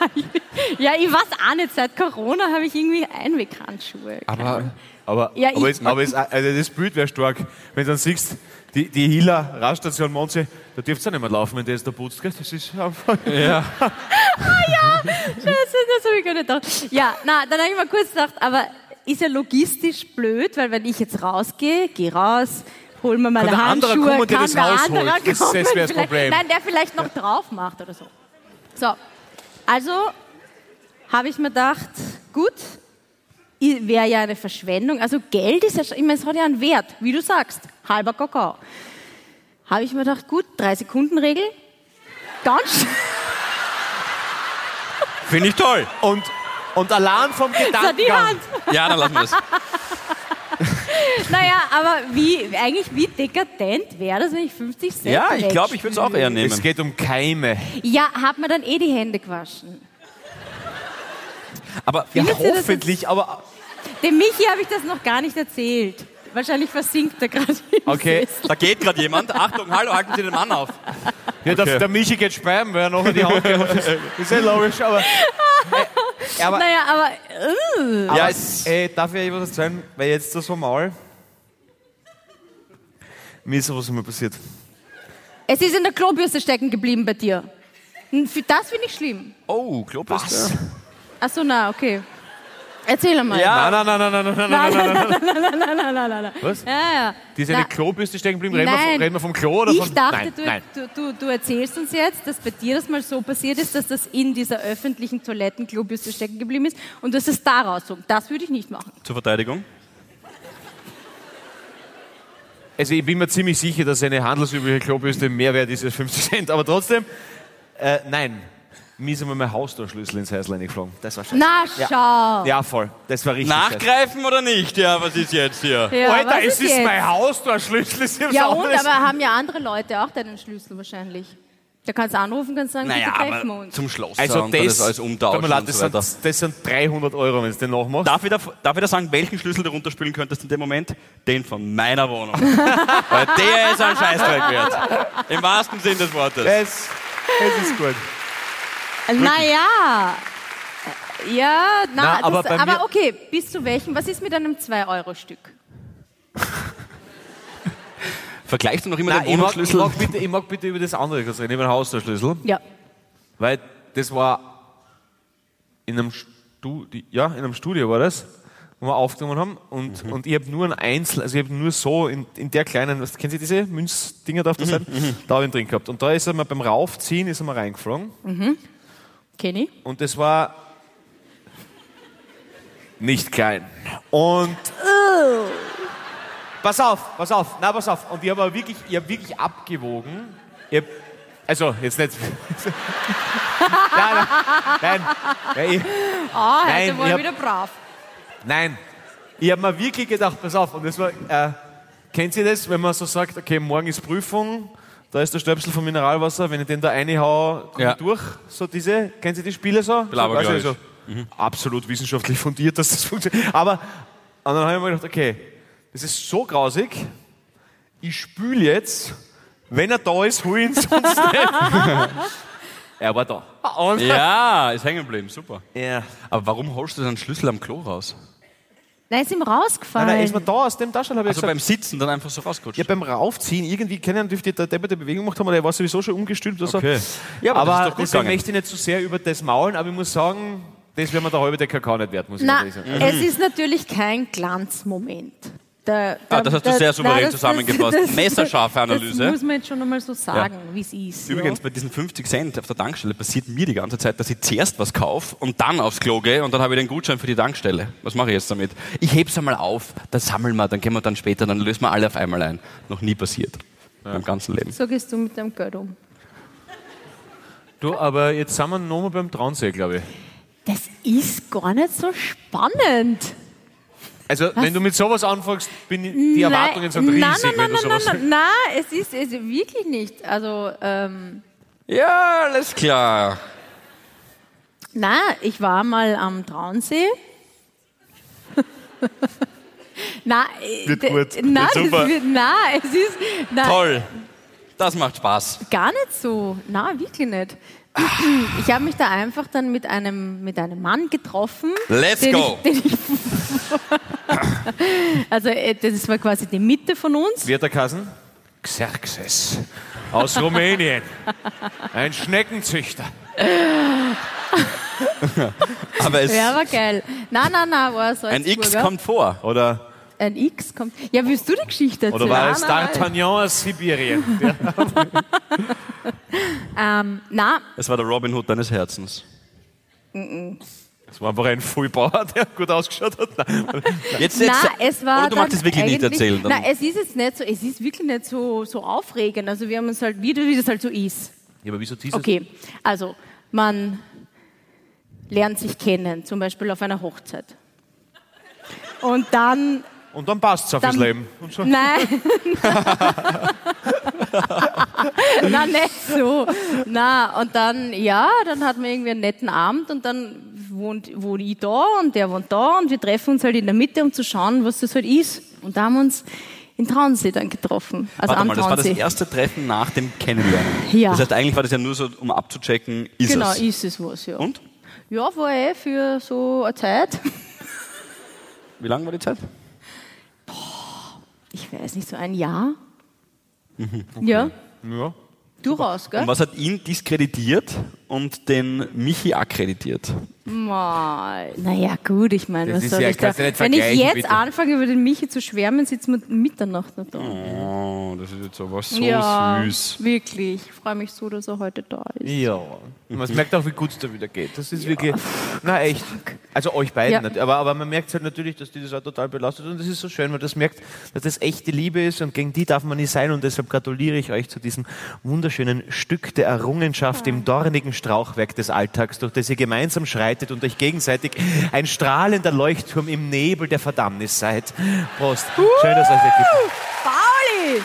Speaker 4: ja, ich weiß auch nicht, seit Corona habe ich irgendwie Einweghandschuhe.
Speaker 6: Aber
Speaker 5: Aber,
Speaker 4: Ja,
Speaker 5: aber,
Speaker 4: ich-
Speaker 5: es, aber es, also das Bild wäre stark, wenn du dann siehst, die, die Hiller, Raststation Monze, da dürft ihr nicht mehr laufen, wenn der jetzt da putzt. gell? Das ist einfach.
Speaker 4: Scheiße, das habe ich gar nicht gedacht. Ja, na, dann habe ich mal kurz gedacht, aber ist ja logistisch blöd, weil wenn ich jetzt rausgehe, geh raus, hol mir meine
Speaker 5: Kann ein anderer
Speaker 4: Handschuhe,
Speaker 5: kommen und dir das
Speaker 4: wer
Speaker 5: Haus
Speaker 4: anderer
Speaker 5: holt? Das- das
Speaker 4: kommen,
Speaker 5: wäre das
Speaker 4: vielleicht-
Speaker 5: Problem.
Speaker 4: Nein, der vielleicht noch drauf macht oder so. So, also habe ich mir gedacht, gut, i- wäre ja eine Verschwendung. Also Geld ist ja, schon- ich meine, es hat ja einen Wert, wie du sagst, halber Kakao. Habe ich mir gedacht, gut, drei Sekunden Regel, ganz schnell.
Speaker 6: finde ich toll.
Speaker 5: Und, und allein vom
Speaker 4: So, die
Speaker 5: Gedankengang.
Speaker 4: Hand.
Speaker 6: Ja, dann lassen wir das.
Speaker 4: Naja, aber wie, eigentlich wie dekadent wäre das, wenn ich 50 Cent
Speaker 6: Ja, ich glaube, ich würde es auch eher
Speaker 5: Es
Speaker 6: nehmen.
Speaker 5: geht um Keime.
Speaker 4: Ja, hat man dann eh die Hände gewaschen.
Speaker 6: Aber
Speaker 5: Ja,
Speaker 4: Findet ihr das
Speaker 5: hoffentlich, aber.
Speaker 4: Dem Michi habe ich das noch gar nicht erzählt. Wahrscheinlich versinkt er gerade im
Speaker 5: Okay.
Speaker 4: Sessel.
Speaker 6: da geht gerade jemand. Achtung, hallo, halten Sie den Mann auf.
Speaker 5: Ja,
Speaker 6: Okay.
Speaker 5: der, der Michi geht speiben, weil er nachher die Hand gehabt hat. Ist ja logisch, aber. Äh, aber
Speaker 4: Naja, aber... Uh,
Speaker 6: Ja,
Speaker 5: Aber,
Speaker 6: es-
Speaker 5: äh, darf ich euch was erzählen? Weil jetzt das vom Maul. Mir ist sowas immer passiert.
Speaker 4: es ist in der Klobürste stecken geblieben bei dir. N- für- Das finde ich schlimm.
Speaker 6: Oh, Klobürste.
Speaker 4: Ach so, na, okay. Erzähl mal.
Speaker 5: Nein, nein, nein, nein, nein, nein, nein, nein, nein, nein. Was?
Speaker 4: Ja, ja.
Speaker 5: Die ist eine
Speaker 4: Na,
Speaker 5: Klobürste stecken geblieben. Reden, wir
Speaker 4: Nein.
Speaker 5: von- reden wir vom Klo oder
Speaker 4: Ich
Speaker 5: von...
Speaker 4: dachte,
Speaker 5: nein,
Speaker 4: du,
Speaker 5: nein.
Speaker 4: Du, du, du erzählst uns jetzt, dass bei dir das mal so passiert ist, dass das in dieser öffentlichen Toilettenklobürste stecken geblieben ist und dass es da rauszogen. Das würde ich nicht machen.
Speaker 6: Zur Verteidigung.
Speaker 5: Also ich bin mir ziemlich sicher, dass eine handelsübliche Klobürste mehr wert ist als 50 Cent, aber trotzdem, äh, nein. Mir ist einmal mein Haustorschlüssel ins Häuslein geflogen. Das war scheiße.
Speaker 4: Na, schau.
Speaker 5: Ja, voll. Das war richtig scheiße.
Speaker 6: Nachgreifen oder nicht? Ja, was ist jetzt hier?
Speaker 4: Ja,
Speaker 5: Alter,
Speaker 4: was
Speaker 5: es ist
Speaker 4: jetzt?
Speaker 5: mein Haustorschlüssel. Ich hab's
Speaker 4: Ja,
Speaker 5: auch
Speaker 4: und,
Speaker 5: nicht-
Speaker 4: aber haben ja andere Leute auch deinen Schlüssel wahrscheinlich. Da kannst du anrufen, kannst sagen,
Speaker 6: Naja,
Speaker 4: bitte treffen wir
Speaker 6: aber
Speaker 4: uns.
Speaker 6: zum Schloss.
Speaker 5: also
Speaker 6: und dann
Speaker 5: das,
Speaker 6: das alles
Speaker 5: tut mir
Speaker 6: umtauschen
Speaker 5: leid,
Speaker 6: und
Speaker 5: das,
Speaker 6: so weiter.
Speaker 5: sind, das sind 300 Euro, wenn du den nachmachst.
Speaker 6: Darf ich, da, darf ich da sagen, welchen Schlüssel du runterspielen könntest in dem Moment? Den von meiner Wohnung. Weil der ist ein Scheißdreck wert. Im wahrsten Sinn des Wortes.
Speaker 5: Es, es ist gut.
Speaker 4: Äh, Naja. Ja, na,
Speaker 5: Na, aber
Speaker 4: das,
Speaker 5: bei
Speaker 4: aber
Speaker 5: mir-
Speaker 4: okay, bis zu welchem? Was ist mit einem 2-Euro-Stück?
Speaker 6: Vergleichst du noch immer
Speaker 5: Nein,
Speaker 6: den
Speaker 5: ich, mag, ich,
Speaker 6: Wohnungsschlüssel?
Speaker 5: mag bitte, ich mag bitte über das andere kurz reden, über den Haustorschlüssel.
Speaker 4: Ja.
Speaker 5: Weil das war in einem Studio, ja, in einem Studio war das, wo wir aufgenommen haben und,
Speaker 6: Mhm.
Speaker 5: und ich habe nur ein Einzel, also ich habe nur so in, in der kleinen, was, kennen Sie diese Münzdinger da auf der
Speaker 6: Mhm,
Speaker 5: Seite? Da habe ich ihn drin gehabt. Und da ist er mal beim Raufziehen ist er mal reingeflogen
Speaker 4: Kenny?
Speaker 5: und das war nicht klein. Und pass auf, pass auf, na pass auf. Und ich habe aber wirklich, ich habe wirklich abgewogen. Ich hab, also jetzt nicht. nein, nein, nein, ich,
Speaker 4: Ah, oh,
Speaker 5: Nein,
Speaker 4: heute
Speaker 5: ich
Speaker 4: war
Speaker 5: hab-
Speaker 4: wieder brav.
Speaker 5: nein. Ich habe mir wirklich gedacht, pass auf. Und das war, äh, kennt ihr das, wenn man so sagt, okay, morgen ist Prüfung. Da ist der Stöpsel vom Mineralwasser, wenn ich den da reinhau, komme
Speaker 6: Ja.
Speaker 5: ich durch. So diese, kennen Sie die Spiele so?
Speaker 6: Blabber,
Speaker 5: so,
Speaker 6: glaub
Speaker 5: weiß
Speaker 6: ich. Mhm.
Speaker 5: ich, so, absolut wissenschaftlich fundiert, dass das funktioniert. Aber und dann habe ich mir gedacht, okay, das ist so grausig, ich spüle jetzt, wenn er da ist, hol ich ihn sonst nicht. er war da. Und
Speaker 6: Ja, ist hängen geblieben, super. Also
Speaker 5: ja.
Speaker 6: Aber warum holst du deinen Schlüssel am Klo raus?
Speaker 4: Nein, ist ihm
Speaker 5: Nein,
Speaker 4: rausgefallen.
Speaker 5: nein, ist mir da aus dem Taschel, habe ich
Speaker 6: Also
Speaker 5: gesagt.
Speaker 6: beim Sitzen dann einfach so rausgerutscht.
Speaker 5: Ja, beim Raufziehen, irgendwie, keine Ahnung, dürfte der Depp der Bewegung gemacht haben, oder er war sowieso schon umgestülpt oder so.
Speaker 6: Okay.
Speaker 5: Ja,
Speaker 6: aber
Speaker 5: aber,
Speaker 6: das ist doch gut
Speaker 5: deswegen
Speaker 6: gegangen.
Speaker 5: möchte ich nicht so sehr über das maulen, aber ich muss sagen, das wäre mir der halbe der Kakao nicht wert, muss ich
Speaker 4: Na,
Speaker 5: ehrlich sagen.
Speaker 4: es ist natürlich kein Glanzmoment. Der- der-
Speaker 6: Ah, das hast du
Speaker 4: der-
Speaker 6: sehr souverän
Speaker 4: Nein, das-
Speaker 6: zusammengefasst.
Speaker 4: das- das-
Speaker 6: Messerscharfe Analyse.
Speaker 4: Das muss man jetzt schon einmal so sagen, wie es ist.
Speaker 6: Übrigens, bei diesen 50 Cent auf der Tankstelle passiert mir die ganze Zeit, dass ich zuerst was kaufe und dann aufs Klo gehe und dann habe ich den Gutschein für die Tankstelle. Was mache ich jetzt damit? Ich hebe es einmal auf, dann sammeln wir, dann gehen wir dann später, dann lösen wir alle auf einmal ein. Noch nie passiert. Im ganzen Leben.
Speaker 4: ja. So gehst du mit deinem Geld um.
Speaker 5: Du, aber jetzt sind wir nochmal beim Traunsee, glaube ich.
Speaker 4: Das ist gar nicht so spannend.
Speaker 5: Also, wenn du mit sowas anfängst, bin ich, die Erwartungen sind riesig,
Speaker 4: nein, nein,
Speaker 5: wenn
Speaker 4: nein,
Speaker 5: du
Speaker 4: nein, nein,
Speaker 5: sowas
Speaker 4: nein, nein, es ist, es ist wirklich nicht. Also, ähm,
Speaker 6: Ja, alles klar.
Speaker 4: nein, ich war mal am Traunsee. nein, äh,
Speaker 5: Wird
Speaker 4: d-
Speaker 5: gut,
Speaker 4: Nein,
Speaker 5: wird super.
Speaker 4: Es, wird, nein, es ist nein,
Speaker 6: Toll. Das macht Spaß.
Speaker 4: gar nicht so. Nein, wirklich nicht. Ich habe mich da einfach dann mit einem, mit einem Mann getroffen.
Speaker 6: Let's
Speaker 4: den
Speaker 6: go.
Speaker 4: Ich, den ich, also, äh, das war quasi die Mitte von uns.
Speaker 5: Wird er kassen? Xerxes aus Rumänien. Ein Schneckenzüchter.
Speaker 6: Aber es,
Speaker 4: Ja, war geil. Nein, nein, nein, war so
Speaker 6: ein X kommt vor.
Speaker 5: Oder,
Speaker 4: Ein X kommt. Ja, willst du die Geschichte erzählen?
Speaker 5: oder war es
Speaker 4: Nein, nein,
Speaker 5: D'Artagnan aus Sibirien? Ja.
Speaker 4: nein. Ähm, na,
Speaker 6: Es war der Robin Hood deines Herzens.
Speaker 5: Das war einfach ein Vollbauer, der gut ausgeschaut hat. Nein.
Speaker 6: Jetzt,
Speaker 4: na, es war.
Speaker 6: oder du magst
Speaker 4: dann
Speaker 6: es wirklich nicht
Speaker 4: eigentlich-
Speaker 6: erzählen. Dann.
Speaker 4: Nein, es ist jetzt nicht so, es ist wirklich nicht so, so aufregend. Also, wir haben uns halt, wie, wie das halt so ist.
Speaker 5: Ja, aber wieso dieses?
Speaker 4: Okay, also, man lernt sich kennen, zum Beispiel auf einer Hochzeit. Und dann
Speaker 5: Und dann passt es auf das
Speaker 4: Dann-
Speaker 5: Leben. Und so.
Speaker 4: Nein. Na, nicht so. Na, und dann, ja, dann hatten wir irgendwie einen netten Abend und dann wohnt, wohne ich da und der wohnt da und wir treffen uns halt in der Mitte, um zu schauen, was das halt ist. Und da haben wir uns in Traunsee dann getroffen. Also
Speaker 6: Warte
Speaker 4: am
Speaker 6: mal, das war das
Speaker 4: Traunsee.
Speaker 6: erste Treffen nach dem Kennenlernen.
Speaker 4: Ja.
Speaker 6: Das heißt, eigentlich war das ja nur so, um abzuchecken, ist
Speaker 4: genau,
Speaker 6: es.
Speaker 4: ist es was, ja.
Speaker 6: Und?
Speaker 4: Ja, war eh für so eine Zeit.
Speaker 6: Wie lange war die Zeit?
Speaker 4: Ich weiß nicht, so ein Jahr. Ja,
Speaker 5: Ja.
Speaker 6: Mhm,
Speaker 4: durchaus, gell?
Speaker 6: Und was hat ihn diskreditiert und den Michi akkreditiert.
Speaker 4: Mal. Naja, gut, ich meine,
Speaker 5: Das
Speaker 4: was
Speaker 5: ist
Speaker 4: soll
Speaker 5: ja-
Speaker 4: ich da?
Speaker 5: kannst du nicht
Speaker 4: Wenn ich
Speaker 5: vergleichen,
Speaker 4: jetzt
Speaker 5: bitte.
Speaker 4: anfange, über den Michi zu schwärmen, sitzen wir Mitternacht noch da.
Speaker 6: Oh, das ist jetzt aber so
Speaker 4: ja, wirklich. Ich freue mich so, dass er heute da ist.
Speaker 5: Ja. Man merkt auch, wie gut es da wieder geht. Das ist wirklich. Na echt. Also euch
Speaker 4: Ja.
Speaker 5: beiden. nat- Aber, aber man merkt halt natürlich, dass die das auch total belastet. Und das ist so schön, weil das merkt, dass das echte Liebe ist und gegen die darf man nicht sein. Und deshalb gratuliere ich euch zu diesem wunderschönen Stück der Errungenschaft, dem dornigen Strauchwerk des Alltags, durch das ihr gemeinsam schreitet und euch gegenseitig ein strahlender Leuchtturm im Nebel der Verdammnis seid. Prost. Schön, dass euch das gibt.
Speaker 4: Pauli!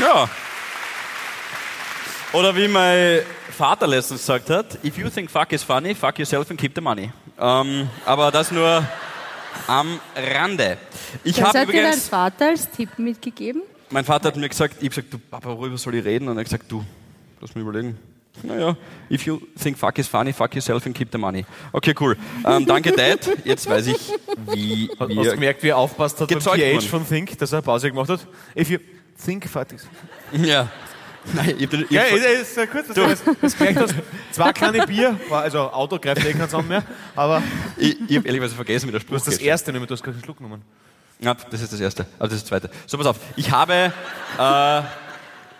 Speaker 6: Ja. Oder wie mein Vater letztens gesagt hat, if you think fuck is funny, fuck yourself and keep the money. Ähm, aber das nur am Rande. Ich
Speaker 4: Das
Speaker 6: habe
Speaker 4: hat dir dein
Speaker 6: übrigens,
Speaker 4: Vater als Tipp mitgegeben.
Speaker 6: mein Vater hat mir gesagt, ich habe gesagt, du Papa, worüber soll ich reden? Und er hat gesagt, du, lass mich überlegen. Naja, if you think fuck is funny, fuck yourself and keep the money. Okay, cool. Ähm, danke, Dad. Jetzt weiß ich, wie
Speaker 5: Hast du
Speaker 6: wir
Speaker 5: gemerkt, wie er aufpasst hat beim
Speaker 6: Gezeugt
Speaker 5: PH
Speaker 6: wurden.
Speaker 5: von Think, dass er Pause gemacht hat? If you think, fertig.
Speaker 6: Ja. Nein, ich hab den, ich
Speaker 5: Ja,
Speaker 6: hab voll-
Speaker 5: ist ja kurz, dass du das, das gemerkt hast. Zwei kleine Bier, war- also Auto greift eh keinen an mehr, aber
Speaker 6: ich, ich hab ehrlicherweise vergessen, wie der Spruch
Speaker 5: du hast das
Speaker 6: geht.
Speaker 5: erste nämlich, du hast keinen Schluck genommen.
Speaker 6: Ja, das ist das erste. Also das ist das zweite. So, pass auf. Ich habe,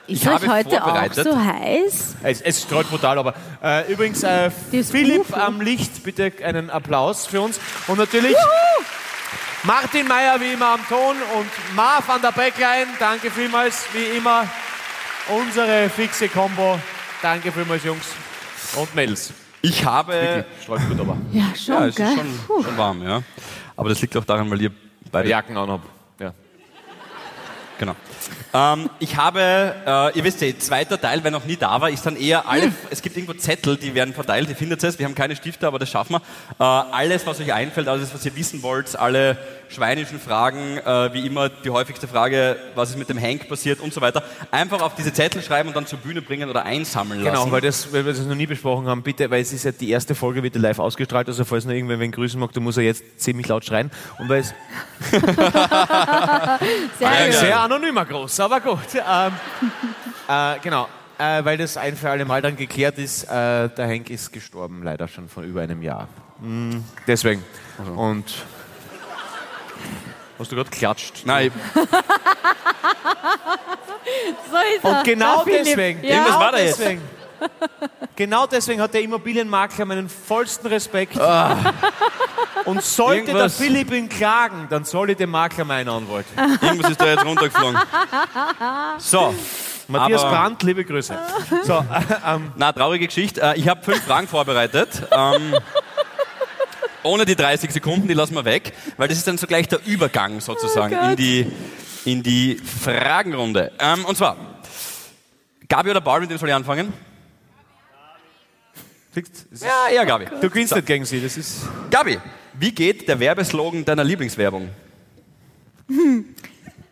Speaker 4: Ist
Speaker 6: Ich
Speaker 4: euch
Speaker 6: habe
Speaker 4: heute auch
Speaker 6: vorbereitet.
Speaker 4: so heiß?
Speaker 5: Es, es streut brutal, aber äh, übrigens, äh,
Speaker 4: Das
Speaker 5: Philipp
Speaker 4: Ufo.
Speaker 5: am Licht, bitte einen Applaus für uns. Und natürlich Martin Meyer wie immer am Ton und Marv an der Backline, danke vielmals, wie immer, unsere fixe Combo. Danke vielmals, Jungs und Mädels.
Speaker 6: ich habe,
Speaker 5: Streut gut, aber
Speaker 4: Ja, schon,
Speaker 6: ja, es ist
Speaker 4: gell?
Speaker 6: schon, schon warm, ja. Aber das liegt auch daran, weil ihr beide,
Speaker 5: Jacken anhab. Ja.
Speaker 6: genau. Ähm, ich habe, äh, ihr wisst ja, zweiter Teil, wer noch nie da war, ist dann eher alle,
Speaker 5: Hm.
Speaker 6: es gibt irgendwo Zettel, die werden verteilt, ihr findet es, wir haben keine Stifte, aber das schaffen wir. Äh, alles, was euch einfällt, alles, was ihr wissen wollt, alle schweinischen Fragen, äh, wie immer die häufigste Frage, was ist mit dem Hank passiert und so weiter, einfach auf diese Zettel schreiben und dann zur Bühne bringen oder einsammeln lassen.
Speaker 5: Genau, weil, das, weil wir das noch nie besprochen haben, bitte, weil es ist ja die erste Folge, wird ja live ausgestrahlt, also falls noch irgendwer wen grüßen mag, dann muss er jetzt ziemlich laut schreien. Und weil es
Speaker 4: Sehr
Speaker 6: Ja,
Speaker 4: gut.
Speaker 6: ja.
Speaker 5: sehr anonymer groß, aber gut. Ähm, äh, genau, äh, weil das ein für alle Mal dann geklärt ist, äh, der Henk ist gestorben, leider schon vor über einem Jahr. Mm, deswegen. Und Also. hast du gerade klatscht?
Speaker 6: Nein,
Speaker 4: So ist er.
Speaker 6: Äh,
Speaker 5: Und
Speaker 4: Der
Speaker 5: genau
Speaker 4: Philipp.
Speaker 5: deswegen,
Speaker 4: Ja.
Speaker 6: Irgendwas war da jetzt.
Speaker 5: deswegen, genau deswegen hat der Immobilienmakler meinen vollsten Respekt. Und sollte
Speaker 6: Ah. Irgendwas- Ah.
Speaker 5: der Philipp ihn klagen, dann soll ich den Makler meinen Anwalt.
Speaker 6: irgendwas ist da jetzt runtergeflogen. So,
Speaker 5: Matthias
Speaker 6: Aber- Ah.
Speaker 5: Brandt, liebe Grüße. So,
Speaker 6: na, traurige Geschichte. Äh, Ich habe fünf Fragen vorbereitet. Ähm, ohne die 30 Sekunden, die lassen wir weg, weil das ist dann sogleich der Übergang sozusagen in, die, in die Fragenrunde. Ähm, und zwar, Gabi oder Barbie, mit dem soll ich anfangen?
Speaker 5: siehst du,
Speaker 6: Ja, eher Gabi.
Speaker 5: du gewinnst nicht gegen sie, das ist...
Speaker 6: Gabi, wie geht der Werbeslogan deiner Lieblingswerbung?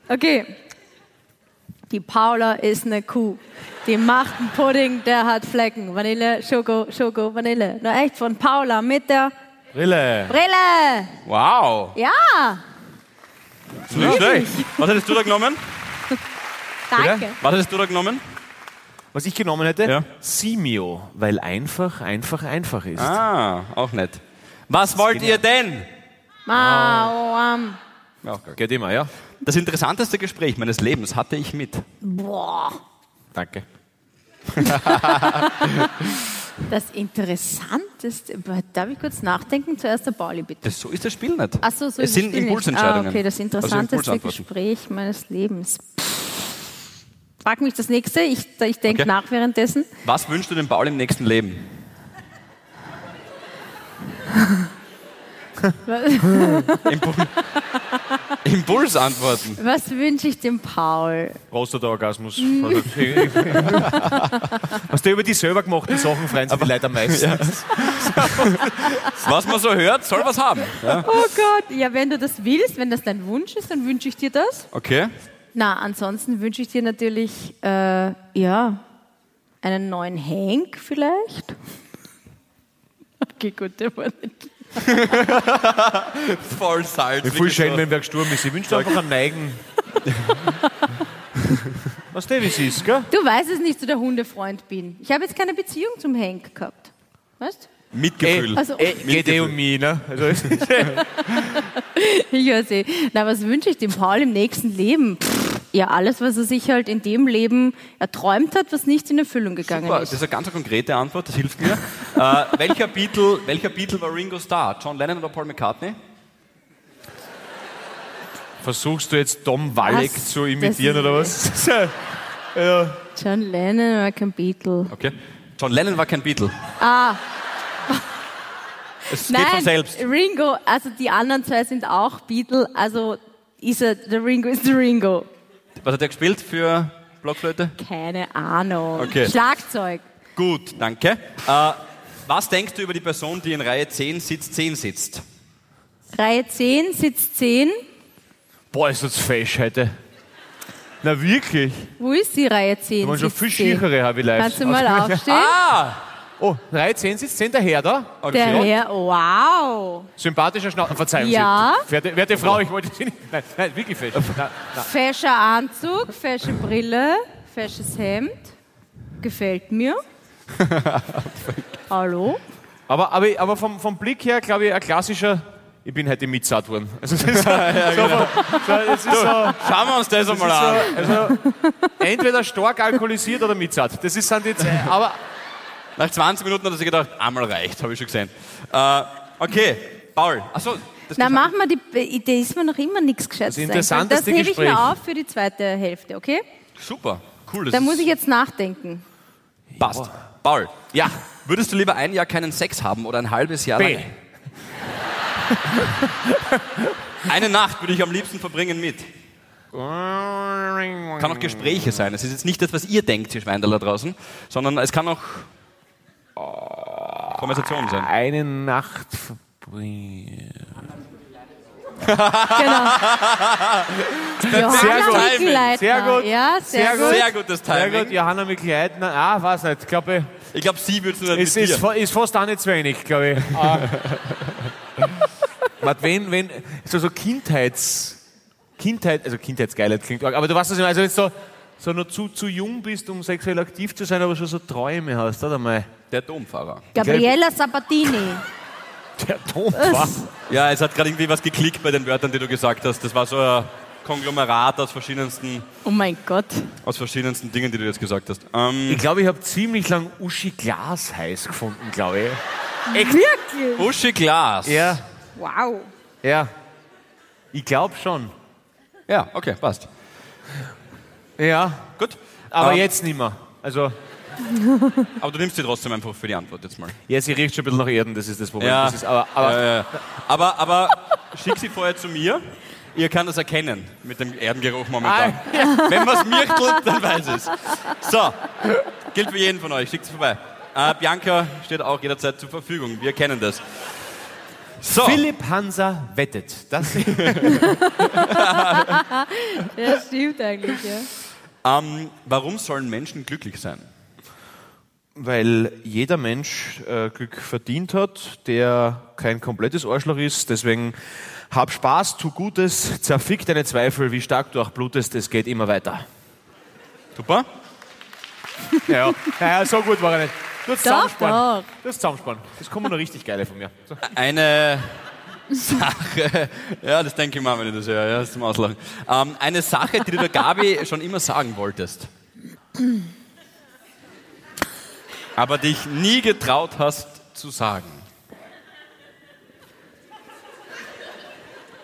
Speaker 4: Okay. Die Paula ist eine Kuh. Die macht einen Pudding, der hat Flecken. Vanille, Schoko, Schoko, Vanille. Na echt, von Paula mit der
Speaker 5: Brille.
Speaker 4: Brille.
Speaker 6: Wow,
Speaker 4: Ja,
Speaker 6: das ist nicht schlecht. Was hättest du da genommen?
Speaker 4: danke.
Speaker 6: Was hättest du da genommen?
Speaker 5: Was ich genommen hätte,
Speaker 6: Ja.
Speaker 5: Simio, weil einfach, einfach, einfach ist.
Speaker 6: Ah, auch nett. Was wollt ihr denn?
Speaker 4: Mau, am.
Speaker 6: Ja, okay.
Speaker 5: Geht immer, ja?
Speaker 6: Das interessanteste Gespräch meines Lebens hatte ich mit.
Speaker 4: Boah,
Speaker 5: Danke.
Speaker 4: das Interessanteste. Darf ich kurz nachdenken? Zuerst der Pauli, bitte.
Speaker 6: Das, so ist das Spiel nicht.
Speaker 4: Ach so, so
Speaker 6: es
Speaker 4: ist
Speaker 6: sind
Speaker 4: Spiel nicht.
Speaker 6: Impulsentscheidungen.
Speaker 4: Ah, okay, das
Speaker 6: Also
Speaker 4: interessanteste
Speaker 6: Impulsantworten.
Speaker 4: Gespräch meines Lebens. Pff. Frag mich das nächste. Ich, ich denke
Speaker 6: Okay.
Speaker 4: nach währenddessen.
Speaker 6: Was wünschst du dem Paul im nächsten Leben? Impul Impulsantworten.
Speaker 4: Was wünsche ich dem Paul?
Speaker 5: Prostata-Orgasmus. Was der über die selber gemachten Sachen freuen sich die Leute am meisten.
Speaker 6: Was man so hört, soll was haben. Ja.
Speaker 4: Oh Gott, ja, wenn du das willst, wenn das dein Wunsch ist, dann wünsche ich dir das.
Speaker 6: Okay.
Speaker 4: Na, ansonsten wünsche ich dir natürlich, äh, ja, einen neuen Hank vielleicht. Okay, gut, der war nicht.
Speaker 6: Voll Salz.
Speaker 5: Voll schön, wenn wer gestorben ist. Ich wünsche dir einfach einen Neigen. Weißt du, wie es ist, gell?
Speaker 4: Du weißt es nicht, dass ich der Hundefreund bin. Ich habe jetzt keine Beziehung zum Henk gehabt. Weißt
Speaker 6: Mitgefühl.
Speaker 4: Also-
Speaker 5: Ey, geht eh um mich, ne? Also,
Speaker 4: Ich weiß eh. Na, was wünsche ich dem Paul im nächsten Leben? Pff, ja, alles, was er sich halt in dem Leben erträumt hat, was nicht in Erfüllung gegangen
Speaker 6: Super, das
Speaker 4: ist.
Speaker 6: ist eine ganz konkrete Antwort, das hilft mir. äh, welcher, Beatle, welcher Beatle war Ringo Starr? John Lennon oder Paul McCartney?
Speaker 5: versuchst du jetzt Tom Walleck
Speaker 4: Was?
Speaker 5: zu imitieren oder was?
Speaker 4: John Lennon war kein Beatle.
Speaker 6: Okay. John Lennon war kein Beatle.
Speaker 4: Ah,
Speaker 6: Es
Speaker 4: nein,
Speaker 6: geht von selbst.
Speaker 4: Ringo, also die anderen zwei sind auch Beatle, also ist er, der Ringo ist der Ringo.
Speaker 6: Was hat er gespielt für Blockflöte?
Speaker 4: Keine Ahnung.
Speaker 6: Okay.
Speaker 4: Schlagzeug.
Speaker 6: Gut, danke. Äh, was denkst du über die Person, die in Reihe 10 sitzt, 10 sitzt?
Speaker 4: Reihe 10, Sitz 10.
Speaker 5: Boah, ist das fesch heute. Na wirklich?
Speaker 4: Wo ist die Reihe 10?
Speaker 5: Da waren schon
Speaker 4: Sitz
Speaker 5: viel
Speaker 4: 10?
Speaker 5: schichere, habe ich live.
Speaker 4: Kannst du mal aufstehen?
Speaker 5: Ah! Oh, 13 sitzt 10 daher da.
Speaker 6: Okay.
Speaker 4: Der Herr, wow.
Speaker 5: Sympathischer Schnauzer. Verzeihung.
Speaker 4: Ja.
Speaker 5: Sie. Werte, werte Frau, ich wollte Sie nicht. Nein, nein wirklich fesch. Na, na.
Speaker 4: Fescher Anzug, fesche Brille, fesches Hemd. Gefällt mir. Hallo?
Speaker 5: Aber, aber, aber vom, vom Blick her, glaube ich, ein klassischer. Ich bin heute mitsatt worden. Also, das ist, genau. so, so, das ist
Speaker 6: Schauen wir uns das,
Speaker 5: so,
Speaker 6: einmal an.
Speaker 5: das ist so also, entweder stark alkoholisiert oder mitsatt. Das ist, sind jetzt, aber
Speaker 6: Nach 20 Minuten hat er sich gedacht, einmal reicht, habe ich schon gesehen. Äh, okay, Paul. Achso, das
Speaker 4: Na, mach mal die. Da ist mir noch immer nichts geschätzt.
Speaker 5: Das interessanteste
Speaker 4: Das hebe ich mir
Speaker 5: Gespräch.
Speaker 4: auf für die zweite Hälfte, okay?
Speaker 6: super. Cool, das
Speaker 4: Da
Speaker 6: ist-
Speaker 4: muss ich jetzt nachdenken.
Speaker 6: passt. Paul, ja. Würdest du lieber ein Jahr keinen Sex haben oder ein halbes Jahr
Speaker 5: B.
Speaker 6: lang? Eine Nacht würde ich am liebsten verbringen mit. Kann auch Gespräche sein. Es ist jetzt nicht das, was ihr denkt, ihr Schweindel da draußen, sondern es kann auch äh, Konversation sein.
Speaker 5: Eine Nacht verbringen.
Speaker 4: Johanna
Speaker 5: gut.
Speaker 4: Mikl-Leitner.
Speaker 5: Sehr gut.
Speaker 4: Ja, sehr, gut.
Speaker 6: Sehr gutes Timing.
Speaker 5: Sehr gut, Johanna Mikl-Leitner. Ah, weiß nicht, glaube ich.
Speaker 6: Ich glaube, sie würde es nur
Speaker 5: Es
Speaker 6: mit
Speaker 5: ist,
Speaker 6: dir.
Speaker 5: fa- ist fast auch nicht zu wenig, glaube ich. Ah. Warte, wenn, wenn, so, so Kindheits, Kindheit, also Kindheitsgeilheit klingt arg, aber du weißt, was ich meine, also wenn du so, so noch zu, zu jung bist, um sexuell aktiv zu sein, aber schon so Träume hast, oder mal?
Speaker 6: Der Domfahrer.
Speaker 4: Gabriella Sabatini.
Speaker 5: Der Tonfall.
Speaker 6: Ja, es hat gerade irgendwie was geklickt bei den Wörtern, die du gesagt hast. Das war so ein Konglomerat aus verschiedensten,
Speaker 4: Oh mein Gott.
Speaker 6: aus verschiedensten Dingen, die du jetzt gesagt hast. Ähm,
Speaker 5: Ich glaube, ich habe ziemlich lang Uschi Glas heiß gefunden, glaube
Speaker 4: Wirklich?
Speaker 6: Uschi Glas.
Speaker 5: ich. Ja,
Speaker 4: Wow.
Speaker 5: ja. Ich glaube schon.
Speaker 6: Ja, okay, passt.
Speaker 5: Ja,
Speaker 6: Gut.
Speaker 5: aber
Speaker 6: Ähm,
Speaker 5: jetzt nicht mehr. Also,
Speaker 6: Aber du nimmst sie trotzdem einfach für die Antwort jetzt mal.
Speaker 5: ja, sie riecht schon ein bisschen nach Erden, das ist das Problem.
Speaker 6: Ja.
Speaker 5: Das ist, aber, aber
Speaker 6: Äh, aber, aber schick sie vorher zu mir. Ihr kann das erkennen mit dem Erdengeruch
Speaker 5: Ah.
Speaker 6: momentan. Wenn man es mir tut, dann weiß es. So, gilt für jeden von euch. Schickt es vorbei. Äh, Bianca steht auch jederzeit zur Verfügung. Wir kennen das. So,
Speaker 5: Philipp Hansa wettet. Das
Speaker 4: Ja, stimmt eigentlich, ja.
Speaker 6: ähm, warum sollen Menschen glücklich sein?
Speaker 5: Weil jeder Mensch äh, Glück verdient hat, der kein komplettes Arschloch ist. Deswegen hab Spaß, tu Gutes, zerfick deine Zweifel, wie stark du auch blutest, es geht immer weiter.
Speaker 6: Super.
Speaker 5: Ja, naja, so gut war er nicht. Du hast
Speaker 4: Doch,
Speaker 5: zusammensparen.
Speaker 4: doch.
Speaker 5: Du hast zusammensparen. Das kommen noch richtig geile von mir. So.
Speaker 6: Eine Sache, ja, das denke ich mal, wenn ich das höre, ja, das ist zum Auslachen. Ähm, eine Sache, die du der Gabi schon immer sagen wolltest. Aber dich nie getraut hast zu sagen.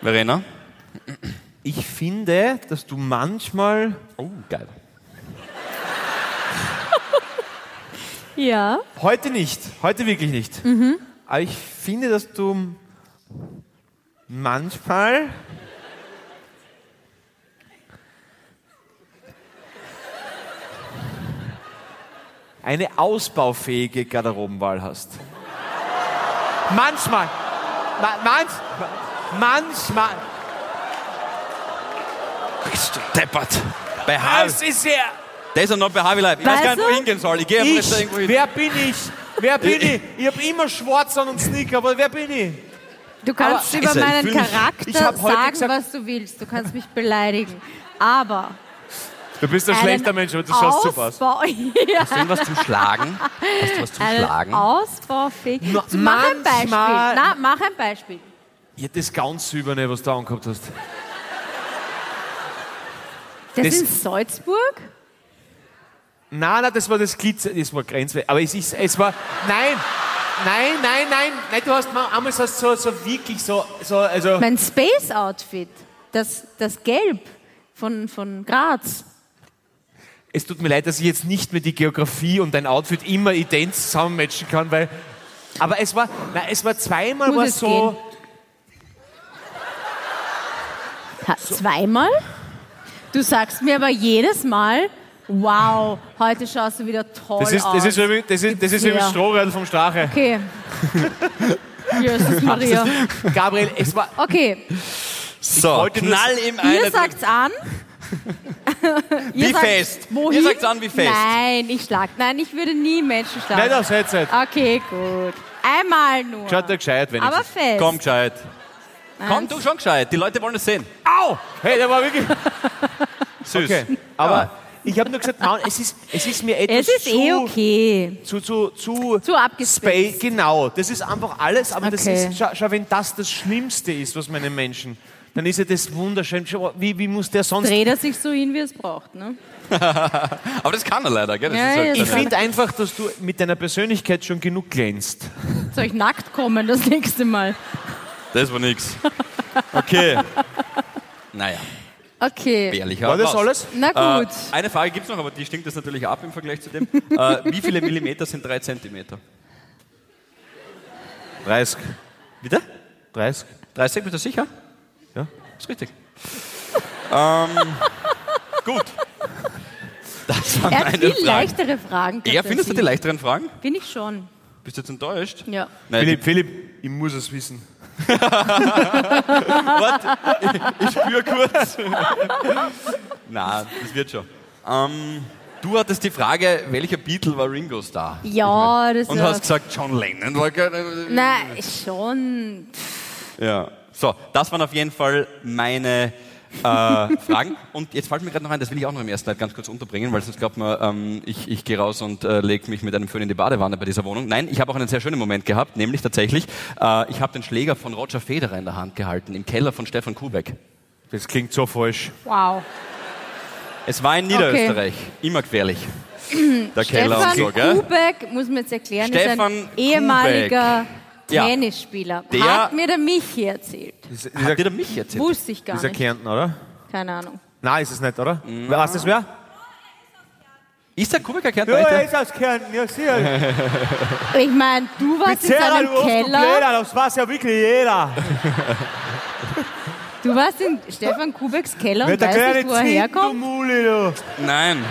Speaker 6: Verena?
Speaker 5: Ich finde, dass du manchmal
Speaker 6: Oh, geil.
Speaker 4: Ja.
Speaker 5: Heute nicht. Heute wirklich nicht. Aber ich finde, dass du manchmal. eine ausbaufähige Garderobenwahl hast. Manchmal. Ma manch manchmal.
Speaker 6: Bist du deppert. Bei Harvey.
Speaker 5: Das ist ja.
Speaker 6: Der ist ja noch bei Harvey Live. Ich weiß
Speaker 4: Weißt
Speaker 6: gar nicht, wo ich
Speaker 4: du?
Speaker 6: hingehen soll. Ich gehe einfach
Speaker 5: Ich,
Speaker 6: jetzt irgendwo hin.
Speaker 5: wer bin ich? Wer bin ich? Ich habe immer Schwarz an und Sneaker, aber wer bin ich?
Speaker 4: Du kannst
Speaker 6: Aber-
Speaker 4: über
Speaker 6: Scheiße, ich
Speaker 4: meinen
Speaker 6: fühl mich-
Speaker 4: Charakter
Speaker 5: ich hab heute
Speaker 4: sagen,
Speaker 5: gesagt-
Speaker 4: was du willst. Du kannst mich beleidigen. Aber
Speaker 5: Du bist ein schlechter
Speaker 4: Einen
Speaker 5: Mensch, aber du schaust super aus.
Speaker 4: Ausbau, ja,
Speaker 6: Hast du irgendwas zum Schlagen? Hast du was zum
Speaker 4: einen
Speaker 6: Schlagen?
Speaker 4: Ausbaufähig.
Speaker 5: Na,
Speaker 4: mach ein Beispiel.
Speaker 5: manchmal-
Speaker 4: Na, mach ein Beispiel.
Speaker 5: Ja, das ganz Silberne, was du angehabt hast.
Speaker 4: Das,
Speaker 5: Das-
Speaker 4: in Salzburg?
Speaker 5: Nein, nein, das war das Glitzer, das war grenzwertig. Aber es ist, es war, nein, nein, nein, nein, nein, du hast mal, einmal so, so, so wirklich so, so, also,
Speaker 4: Mein Space Outfit. Das, das Gelb von, von Graz.
Speaker 5: es tut mir leid, dass ich jetzt nicht mehr die Geografie und dein Outfit immer ident zusammenmatchen kann, weil, aber es war, nein, es war zweimal
Speaker 4: Muss
Speaker 5: war
Speaker 4: es
Speaker 5: so,
Speaker 4: Ha, Zweimal? Du sagst mir aber jedes Mal, wow, heute schaust du wieder toll
Speaker 5: das ist,
Speaker 4: aus.
Speaker 5: das ist, wie- das ist, das ist wie
Speaker 4: Ja.
Speaker 5: das Strohrad vom Strache.
Speaker 4: okay. Jesus Maria.
Speaker 5: Gabriel, es war,
Speaker 4: Okay,
Speaker 6: So,
Speaker 5: wollte nur-
Speaker 6: knall ihm eine.
Speaker 4: ihr sagt's an. Ihr
Speaker 6: Wie
Speaker 4: sagt-
Speaker 6: fest? Ihr
Speaker 4: Wohin?
Speaker 6: sagt's an, wie fest?
Speaker 4: Nein, ich schlag. Nein, ich würde nie Menschen schlagen.
Speaker 5: nicht aufs Headset.
Speaker 4: Okay, gut. Einmal nur.
Speaker 5: Schaut er gescheit, wenn
Speaker 4: aber
Speaker 5: ich.
Speaker 4: fest.
Speaker 6: Komm gescheit. Komm du schon gescheit. Die Leute wollen es sehen.
Speaker 5: Au! Hey, der war wirklich.
Speaker 6: Süß.
Speaker 5: Okay. Aber ich habe nur gesagt, nein, es ist, es ist mir etwas
Speaker 4: Es ist
Speaker 5: zu,
Speaker 4: eh okay.
Speaker 5: zu, zu, zu,
Speaker 4: Zu abgespaced.
Speaker 5: Space, genau. Das ist einfach alles, aber das
Speaker 4: Okay.
Speaker 5: ist, schau, schau, wenn das das Schlimmste ist, was meinen Menschen, dann ist ja das wunderschön. Schau, Wie, wie muss der sonst.
Speaker 4: Dreht er sich so hin, wie es braucht, ne?
Speaker 6: Aber das kann er leider, gell? Das
Speaker 4: Ja,
Speaker 6: ist
Speaker 4: ja,
Speaker 5: Ich
Speaker 6: halt
Speaker 4: das-
Speaker 5: finde einfach, dass du mit deiner Persönlichkeit schon genug glänzt.
Speaker 4: Soll ich nackt kommen das nächste Mal?
Speaker 6: das war nix. Okay. Naja,
Speaker 4: Okay.
Speaker 6: ehrlich.
Speaker 5: War das alles?
Speaker 4: Na
Speaker 6: Äh,
Speaker 4: gut.
Speaker 6: eine Frage gibt es noch, aber die stinkt das natürlich ab im Vergleich zu dem. äh, wie viele Millimeter sind drei Zentimeter?
Speaker 5: 30.
Speaker 6: Bitte?
Speaker 5: 30?
Speaker 6: 30, bist du sicher?
Speaker 5: Ja.
Speaker 6: Ist richtig. ähm, gut. Das waren
Speaker 4: Er hat
Speaker 6: meine
Speaker 4: viel
Speaker 6: Fragen.
Speaker 4: leichtere Fragen.
Speaker 6: Er findest du die leichteren Fragen?
Speaker 4: Bin ich schon.
Speaker 6: Bist du jetzt enttäuscht?
Speaker 4: Ja.
Speaker 6: Nein,
Speaker 5: Philipp, Philipp, ich muss es wissen.
Speaker 6: Ich spür kurz. Na, das wird schon. Ähm, du hattest die Frage, welcher Beatle war Ringo Starr?
Speaker 4: Ja, das
Speaker 6: Und
Speaker 4: ja.
Speaker 6: hast gesagt, John Lennon. war kein-
Speaker 4: Na, schon.
Speaker 6: Ja. So, das waren auf jeden Fall meine äh, Fragen. Und jetzt fällt mir gerade noch ein, das will ich auch noch im ersten Teil ganz kurz unterbringen, weil sonst glaubt man, ähm, ich, ich gehe raus und äh, lege mich mit einem Föhn in die Badewanne bei dieser Wohnung. Nein, ich habe auch einen sehr schönen Moment gehabt, nämlich tatsächlich, äh, ich habe den Schläger von Roger Federer in der Hand gehalten, im Keller von Stefan Kubeck.
Speaker 5: Das klingt so falsch.
Speaker 4: Wow.
Speaker 6: Es war in Niederösterreich. Immer gefährlich. Der Keller und
Speaker 4: Stefan
Speaker 6: so, gell?
Speaker 4: Kubek, muss man jetzt erklären, ist
Speaker 6: Stefan
Speaker 4: ein ehemaliger
Speaker 6: Ja.
Speaker 4: Tennisspieler.
Speaker 6: Der-
Speaker 4: Hat mir der Michi erzählt.
Speaker 5: Das ist,
Speaker 6: Hat dir
Speaker 5: dieser,
Speaker 6: der mich erzählt?
Speaker 4: Wusste ich gar
Speaker 5: dieser
Speaker 4: nicht.
Speaker 5: Kärnten, oder?
Speaker 4: Keine Ahnung.
Speaker 5: Nein, ist es nicht, oder? Wer weiß das wer?
Speaker 6: Ist der Kubiker Kärntner?
Speaker 5: Ja, er
Speaker 6: Ja,
Speaker 5: ist aus Kärnten, ja, sicher.
Speaker 4: Ich meine, du warst in
Speaker 5: Pizzeria,
Speaker 4: seinem
Speaker 5: du
Speaker 4: Keller.
Speaker 5: Keller. Das weiß ja wirklich jeder.
Speaker 4: Du warst in Stefan Kubeks Keller und
Speaker 5: Mit der
Speaker 4: weißt
Speaker 5: kleinen
Speaker 4: nicht, wo er
Speaker 5: Zink, du
Speaker 4: herkommt.
Speaker 5: Muli, du.
Speaker 6: Nein.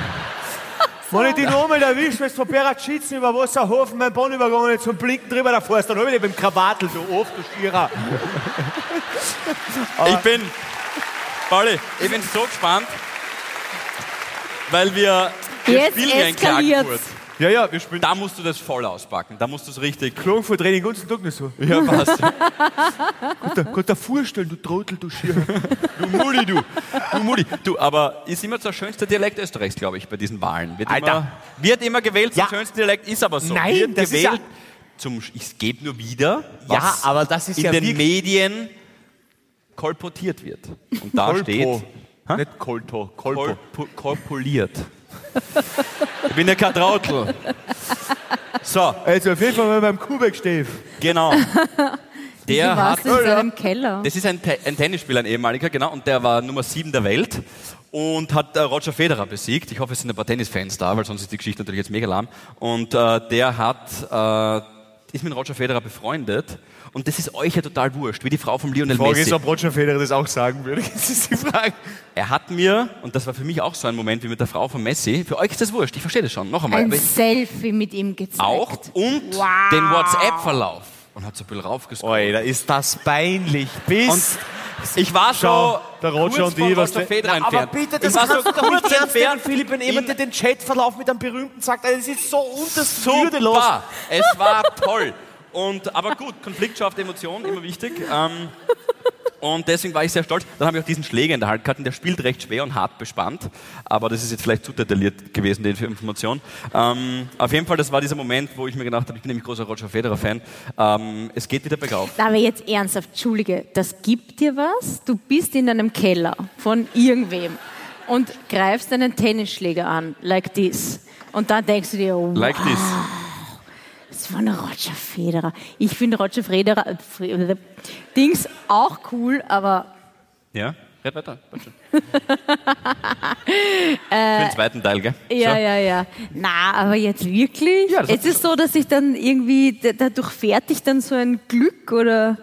Speaker 5: Wenn ich die Nomen erwischt, wenn du von Beratschitz über Wasserhofen mein Bonn übergegangen ist, zum Blinken drüber da fährst, dann hab ich dich beim Krawattel, du Oaf, du Schierer. Ah.
Speaker 6: Ich bin, Pauli, ich bin so gespannt, weil wir, wir
Speaker 4: Jetzt
Speaker 6: spielen ja in
Speaker 4: eskaliert's.
Speaker 6: Klagenfurt.
Speaker 5: Ja, ja, wir spielen.
Speaker 6: Da musst du das voll auspacken. Da musst du es richtig.
Speaker 5: Klong vor Training, ganzen Tag nicht so.
Speaker 6: Ja, passt.
Speaker 5: Gott, da vorstellen, du Trottel, du Schierer.
Speaker 6: Du Muli, du. Du Muli. Du, aber ist immer der schönste Dialekt Österreichs, glaube ich, bei diesen Wahlen. Wird
Speaker 5: Alter.
Speaker 6: Immer, wird immer gewählt zum
Speaker 5: Ja.
Speaker 6: schönsten Dialekt, ist aber so.
Speaker 5: Nein,
Speaker 6: wird
Speaker 5: das ist ja-
Speaker 6: gewählt zum, Sch- es geht nur wieder,
Speaker 5: Ja,
Speaker 6: was
Speaker 5: aber das ist
Speaker 6: in
Speaker 5: ja
Speaker 6: den
Speaker 5: wirklich-
Speaker 6: Medien kolportiert wird. Und da steht,
Speaker 5: Nicht Kolto, Kolpo.
Speaker 6: Korpo korpuliert. ich bin ja kein Trautl. So,
Speaker 5: Also auf jeden Fall mal beim Kubek stehen.
Speaker 6: genau. Der
Speaker 4: Du warst
Speaker 6: hat,
Speaker 4: in seinem Keller.
Speaker 6: das ist ein, Te ein Tennisspieler, ein ehemaliger, genau, und der war Nummer 7 der Welt und hat äh, Roger Federer besiegt. Ich hoffe, es sind ein paar Tennisfans da, weil sonst ist die Geschichte natürlich jetzt mega lahm. Und äh, der hat, äh, ist mit Roger Federer befreundet und das ist euch ja total wurscht, wie die Frau von Lionel Messi.
Speaker 5: Roger Federer das auch sagen würde. Das ist die Frage.
Speaker 6: Er hat mir, und das war für mich auch so ein Moment wie mit der Frau von Messi, für euch ist das wurscht, ich verstehe das schon, noch einmal.
Speaker 4: Ein
Speaker 6: Aber-
Speaker 4: Selfie mit ihm gezeigt.
Speaker 6: auch und den WhatsApp-Verlauf. Und hat so ein bisschen raufgescrollt.
Speaker 5: Alter, ist das peinlich. Bis.
Speaker 6: Ich war so
Speaker 5: Schau, der Roger
Speaker 6: kurz
Speaker 5: und
Speaker 6: von
Speaker 5: ich, was
Speaker 6: Roger
Speaker 5: der-
Speaker 6: Federer
Speaker 5: Na,
Speaker 6: entfernt.
Speaker 5: Aber bitte, das
Speaker 6: ich war
Speaker 5: kannst
Speaker 6: so
Speaker 5: du doch nicht
Speaker 6: kurz
Speaker 5: ernst nehmen,
Speaker 6: entfernt,
Speaker 5: Philipp, wenn jemand dir den Chatverlauf mit einem Berühmten sagt. Alter, Das ist so unters würdelos.
Speaker 6: Super, es war toll. Und, aber gut, Konflikt schafft Emotionen, immer wichtig. Ähm, Und deswegen war ich sehr stolz. Dann habe ich auch diesen Schläger in der Hand gehabt. und Der spielt recht schwer und hart bespannt. Aber das ist jetzt vielleicht zu detailliert gewesen, die Information. Ähm, auf jeden Fall, das war dieser Moment, wo ich mir gedacht habe, ich bin nämlich großer Roger Federer-Fan. Ähm, es geht wieder bergauf.
Speaker 4: Aber jetzt ernsthaft, Entschuldige, das gibt dir was? Du bist in einem Keller von irgendwem und greifst einen Tennisschläger an, like this. Und dann denkst du dir, oh, wow,
Speaker 6: Like this.
Speaker 4: das ist von Roger Federer. Ich finde Roger Federer, äh, Fre- Dings auch cool, aber
Speaker 6: Ja? Red weiter. Bitte. Für den zweiten Teil, gell?
Speaker 4: Ja,
Speaker 6: so.
Speaker 4: ja, ja. Na, aber jetzt wirklich?
Speaker 6: Ja, das
Speaker 4: es ist so, dass ich dann irgendwie, da- dadurch fährt ich dann so ein Glück oder.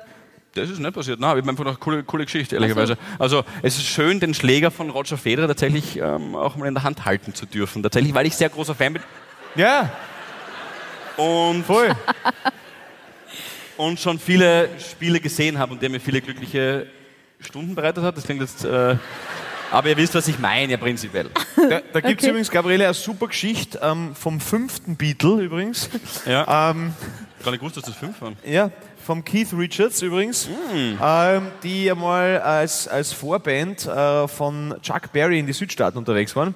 Speaker 6: Das ist nicht passiert. Nein, ich habe einfach eine coole, coole Geschichte, ehrlicherweise. Also. es ist schön, den Schläger von Roger Federer tatsächlich ähm, auch mal in der Hand halten zu dürfen. Tatsächlich, weil ich sehr großer Fan bin.
Speaker 5: Ja,
Speaker 6: Und
Speaker 5: voll.
Speaker 6: und schon viele Spiele gesehen habe und der mir viele glückliche Stunden bereitet hat. Das klingt jetzt. Äh, aber ihr wisst, was ich meine, ja, prinzipiell.
Speaker 5: Da, da gibt es übrigens, Gabriele, eine super Geschichte ähm, vom fünften Beatle übrigens.
Speaker 6: Ja.
Speaker 5: Ähm,
Speaker 6: Gar nicht gewusst, dass das fünf waren.
Speaker 5: Ja, vom Keith Richards übrigens,
Speaker 6: Mm.
Speaker 5: ähm, die einmal als, als Vorband äh, von Chuck Berry in die Südstaaten unterwegs waren.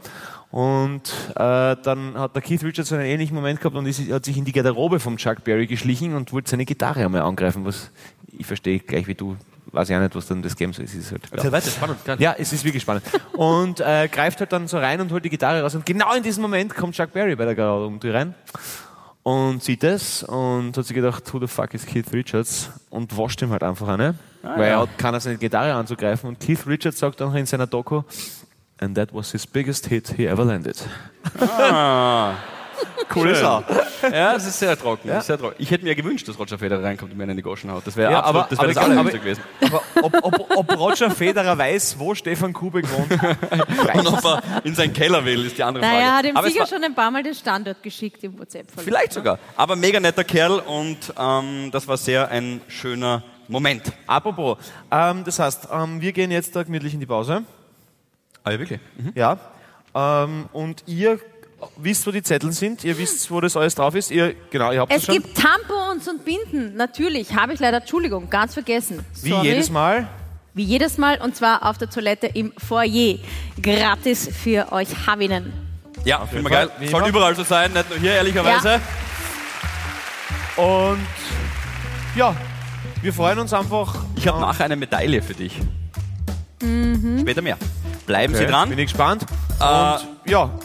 Speaker 5: Und äh, dann hat der Keith Richards einen ähnlichen Moment gehabt und ist, hat sich in die Garderobe vom Chuck Berry geschlichen und wollte seine Gitarre einmal angreifen, was ich verstehe gleich wie du, weiß ich auch nicht, was dann das Game so ist. ist halt, ja.
Speaker 6: weiter, spannend. Ja.
Speaker 5: Ja, es ist wirklich spannend. Und äh, greift halt dann so rein und holt die Gitarre raus. Und genau in diesem Moment kommt Chuck Berry bei der Garage rein und sieht das und hat sich gedacht, who the fuck is Keith Richards? Und wascht ihm halt einfach eine, weil er hat, kann er seine Gitarre anzugreifen. Und Keith Richards sagt dann in seiner Doku, and that was his biggest hit he ever landed. Coole Sau.
Speaker 6: ja, das ist sehr trocken. das Ist sehr trocken. Ich hätte mir ja gewünscht, dass Roger Federer reinkommt und mir eine in die Goschen haut. Das wäre
Speaker 5: Ja,
Speaker 6: absolut,
Speaker 5: aber-
Speaker 6: das, wäre
Speaker 5: aber-
Speaker 6: das Allerhöchste
Speaker 5: aber-
Speaker 6: gewesen.
Speaker 5: Aber ob, ob, ob Roger Federer weiß, wo Stefan Kubek wohnt,
Speaker 6: Und ob er in seinen Keller will, ist die andere Frage.
Speaker 4: Naja, er hat ihm
Speaker 6: aber es
Speaker 4: sicher
Speaker 6: war,
Speaker 4: schon ein paar Mal den Standort geschickt im WhatsApp-Verlauf.
Speaker 6: Vielleicht sogar. Aber mega netter Kerl und ähm, das war sehr ein schöner Moment.
Speaker 5: Apropos, ähm, das heißt, ähm, wir gehen jetzt da gemütlich in die Pause.
Speaker 6: Ah, ja, wirklich?
Speaker 5: Ja. Ähm, und ihr wisst, wo die Zettel sind, ihr wisst, wo das alles drauf ist. Ihr, genau, ihr habt
Speaker 4: Es
Speaker 5: das schon.
Speaker 4: gibt Tampons und Binden, natürlich, habe ich leider, Entschuldigung, ganz vergessen.
Speaker 5: Wie
Speaker 4: Sorry.
Speaker 5: jedes Mal.
Speaker 4: Wie jedes Mal und zwar auf der Toilette im Foyer. Gratis für euch Havinen.
Speaker 6: Ja, finde ich
Speaker 5: jeden
Speaker 6: geil.
Speaker 5: Fall. Wie
Speaker 6: Soll
Speaker 5: immer.
Speaker 6: überall so sein, nicht nur hier, ehrlicherweise.
Speaker 4: Ja.
Speaker 5: Und ja, wir freuen uns einfach.
Speaker 6: Ich habe nachher eine Medaille für dich. Später mehr. Bleiben Sie dran. Äh,
Speaker 5: Bin ich gespannt. und ja,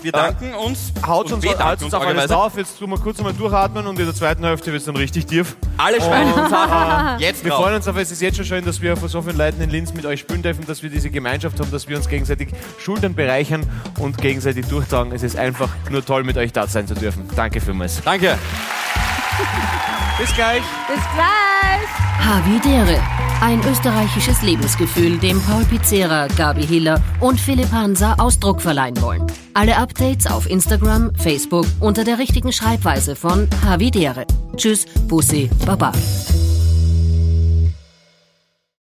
Speaker 6: Wir
Speaker 5: äh,
Speaker 6: danken uns.
Speaker 5: Haut
Speaker 6: und
Speaker 5: uns,
Speaker 6: wir danken
Speaker 5: haut uns auf alles
Speaker 6: möglicherweise.
Speaker 5: drauf, jetzt tun wir kurz einmal durchatmen und in der zweiten Hälfte wird es dann richtig tief.
Speaker 6: Alle Schweine. Jetzt
Speaker 5: Wir
Speaker 6: drauf.
Speaker 5: freuen uns aber es ist jetzt schon schön, dass wir vor so vielen Leuten in Linz mit euch spielen dürfen, dass wir diese Gemeinschaft haben, dass wir uns gegenseitig Schultern bereichern und gegenseitig durchtragen. Es ist einfach nur toll, mit euch da sein zu dürfen. Danke vielmals.
Speaker 6: Danke.
Speaker 5: Bis gleich.
Speaker 4: Bis gleich!
Speaker 1: Havidere. Ein österreichisches Lebensgefühl, dem Paul Pizzera, Gabi Hiller und Philipp Hansa Ausdruck verleihen wollen. Alle Updates auf Instagram, Facebook unter der richtigen Schreibweise von Havidere. Tschüss, Bussi, Baba.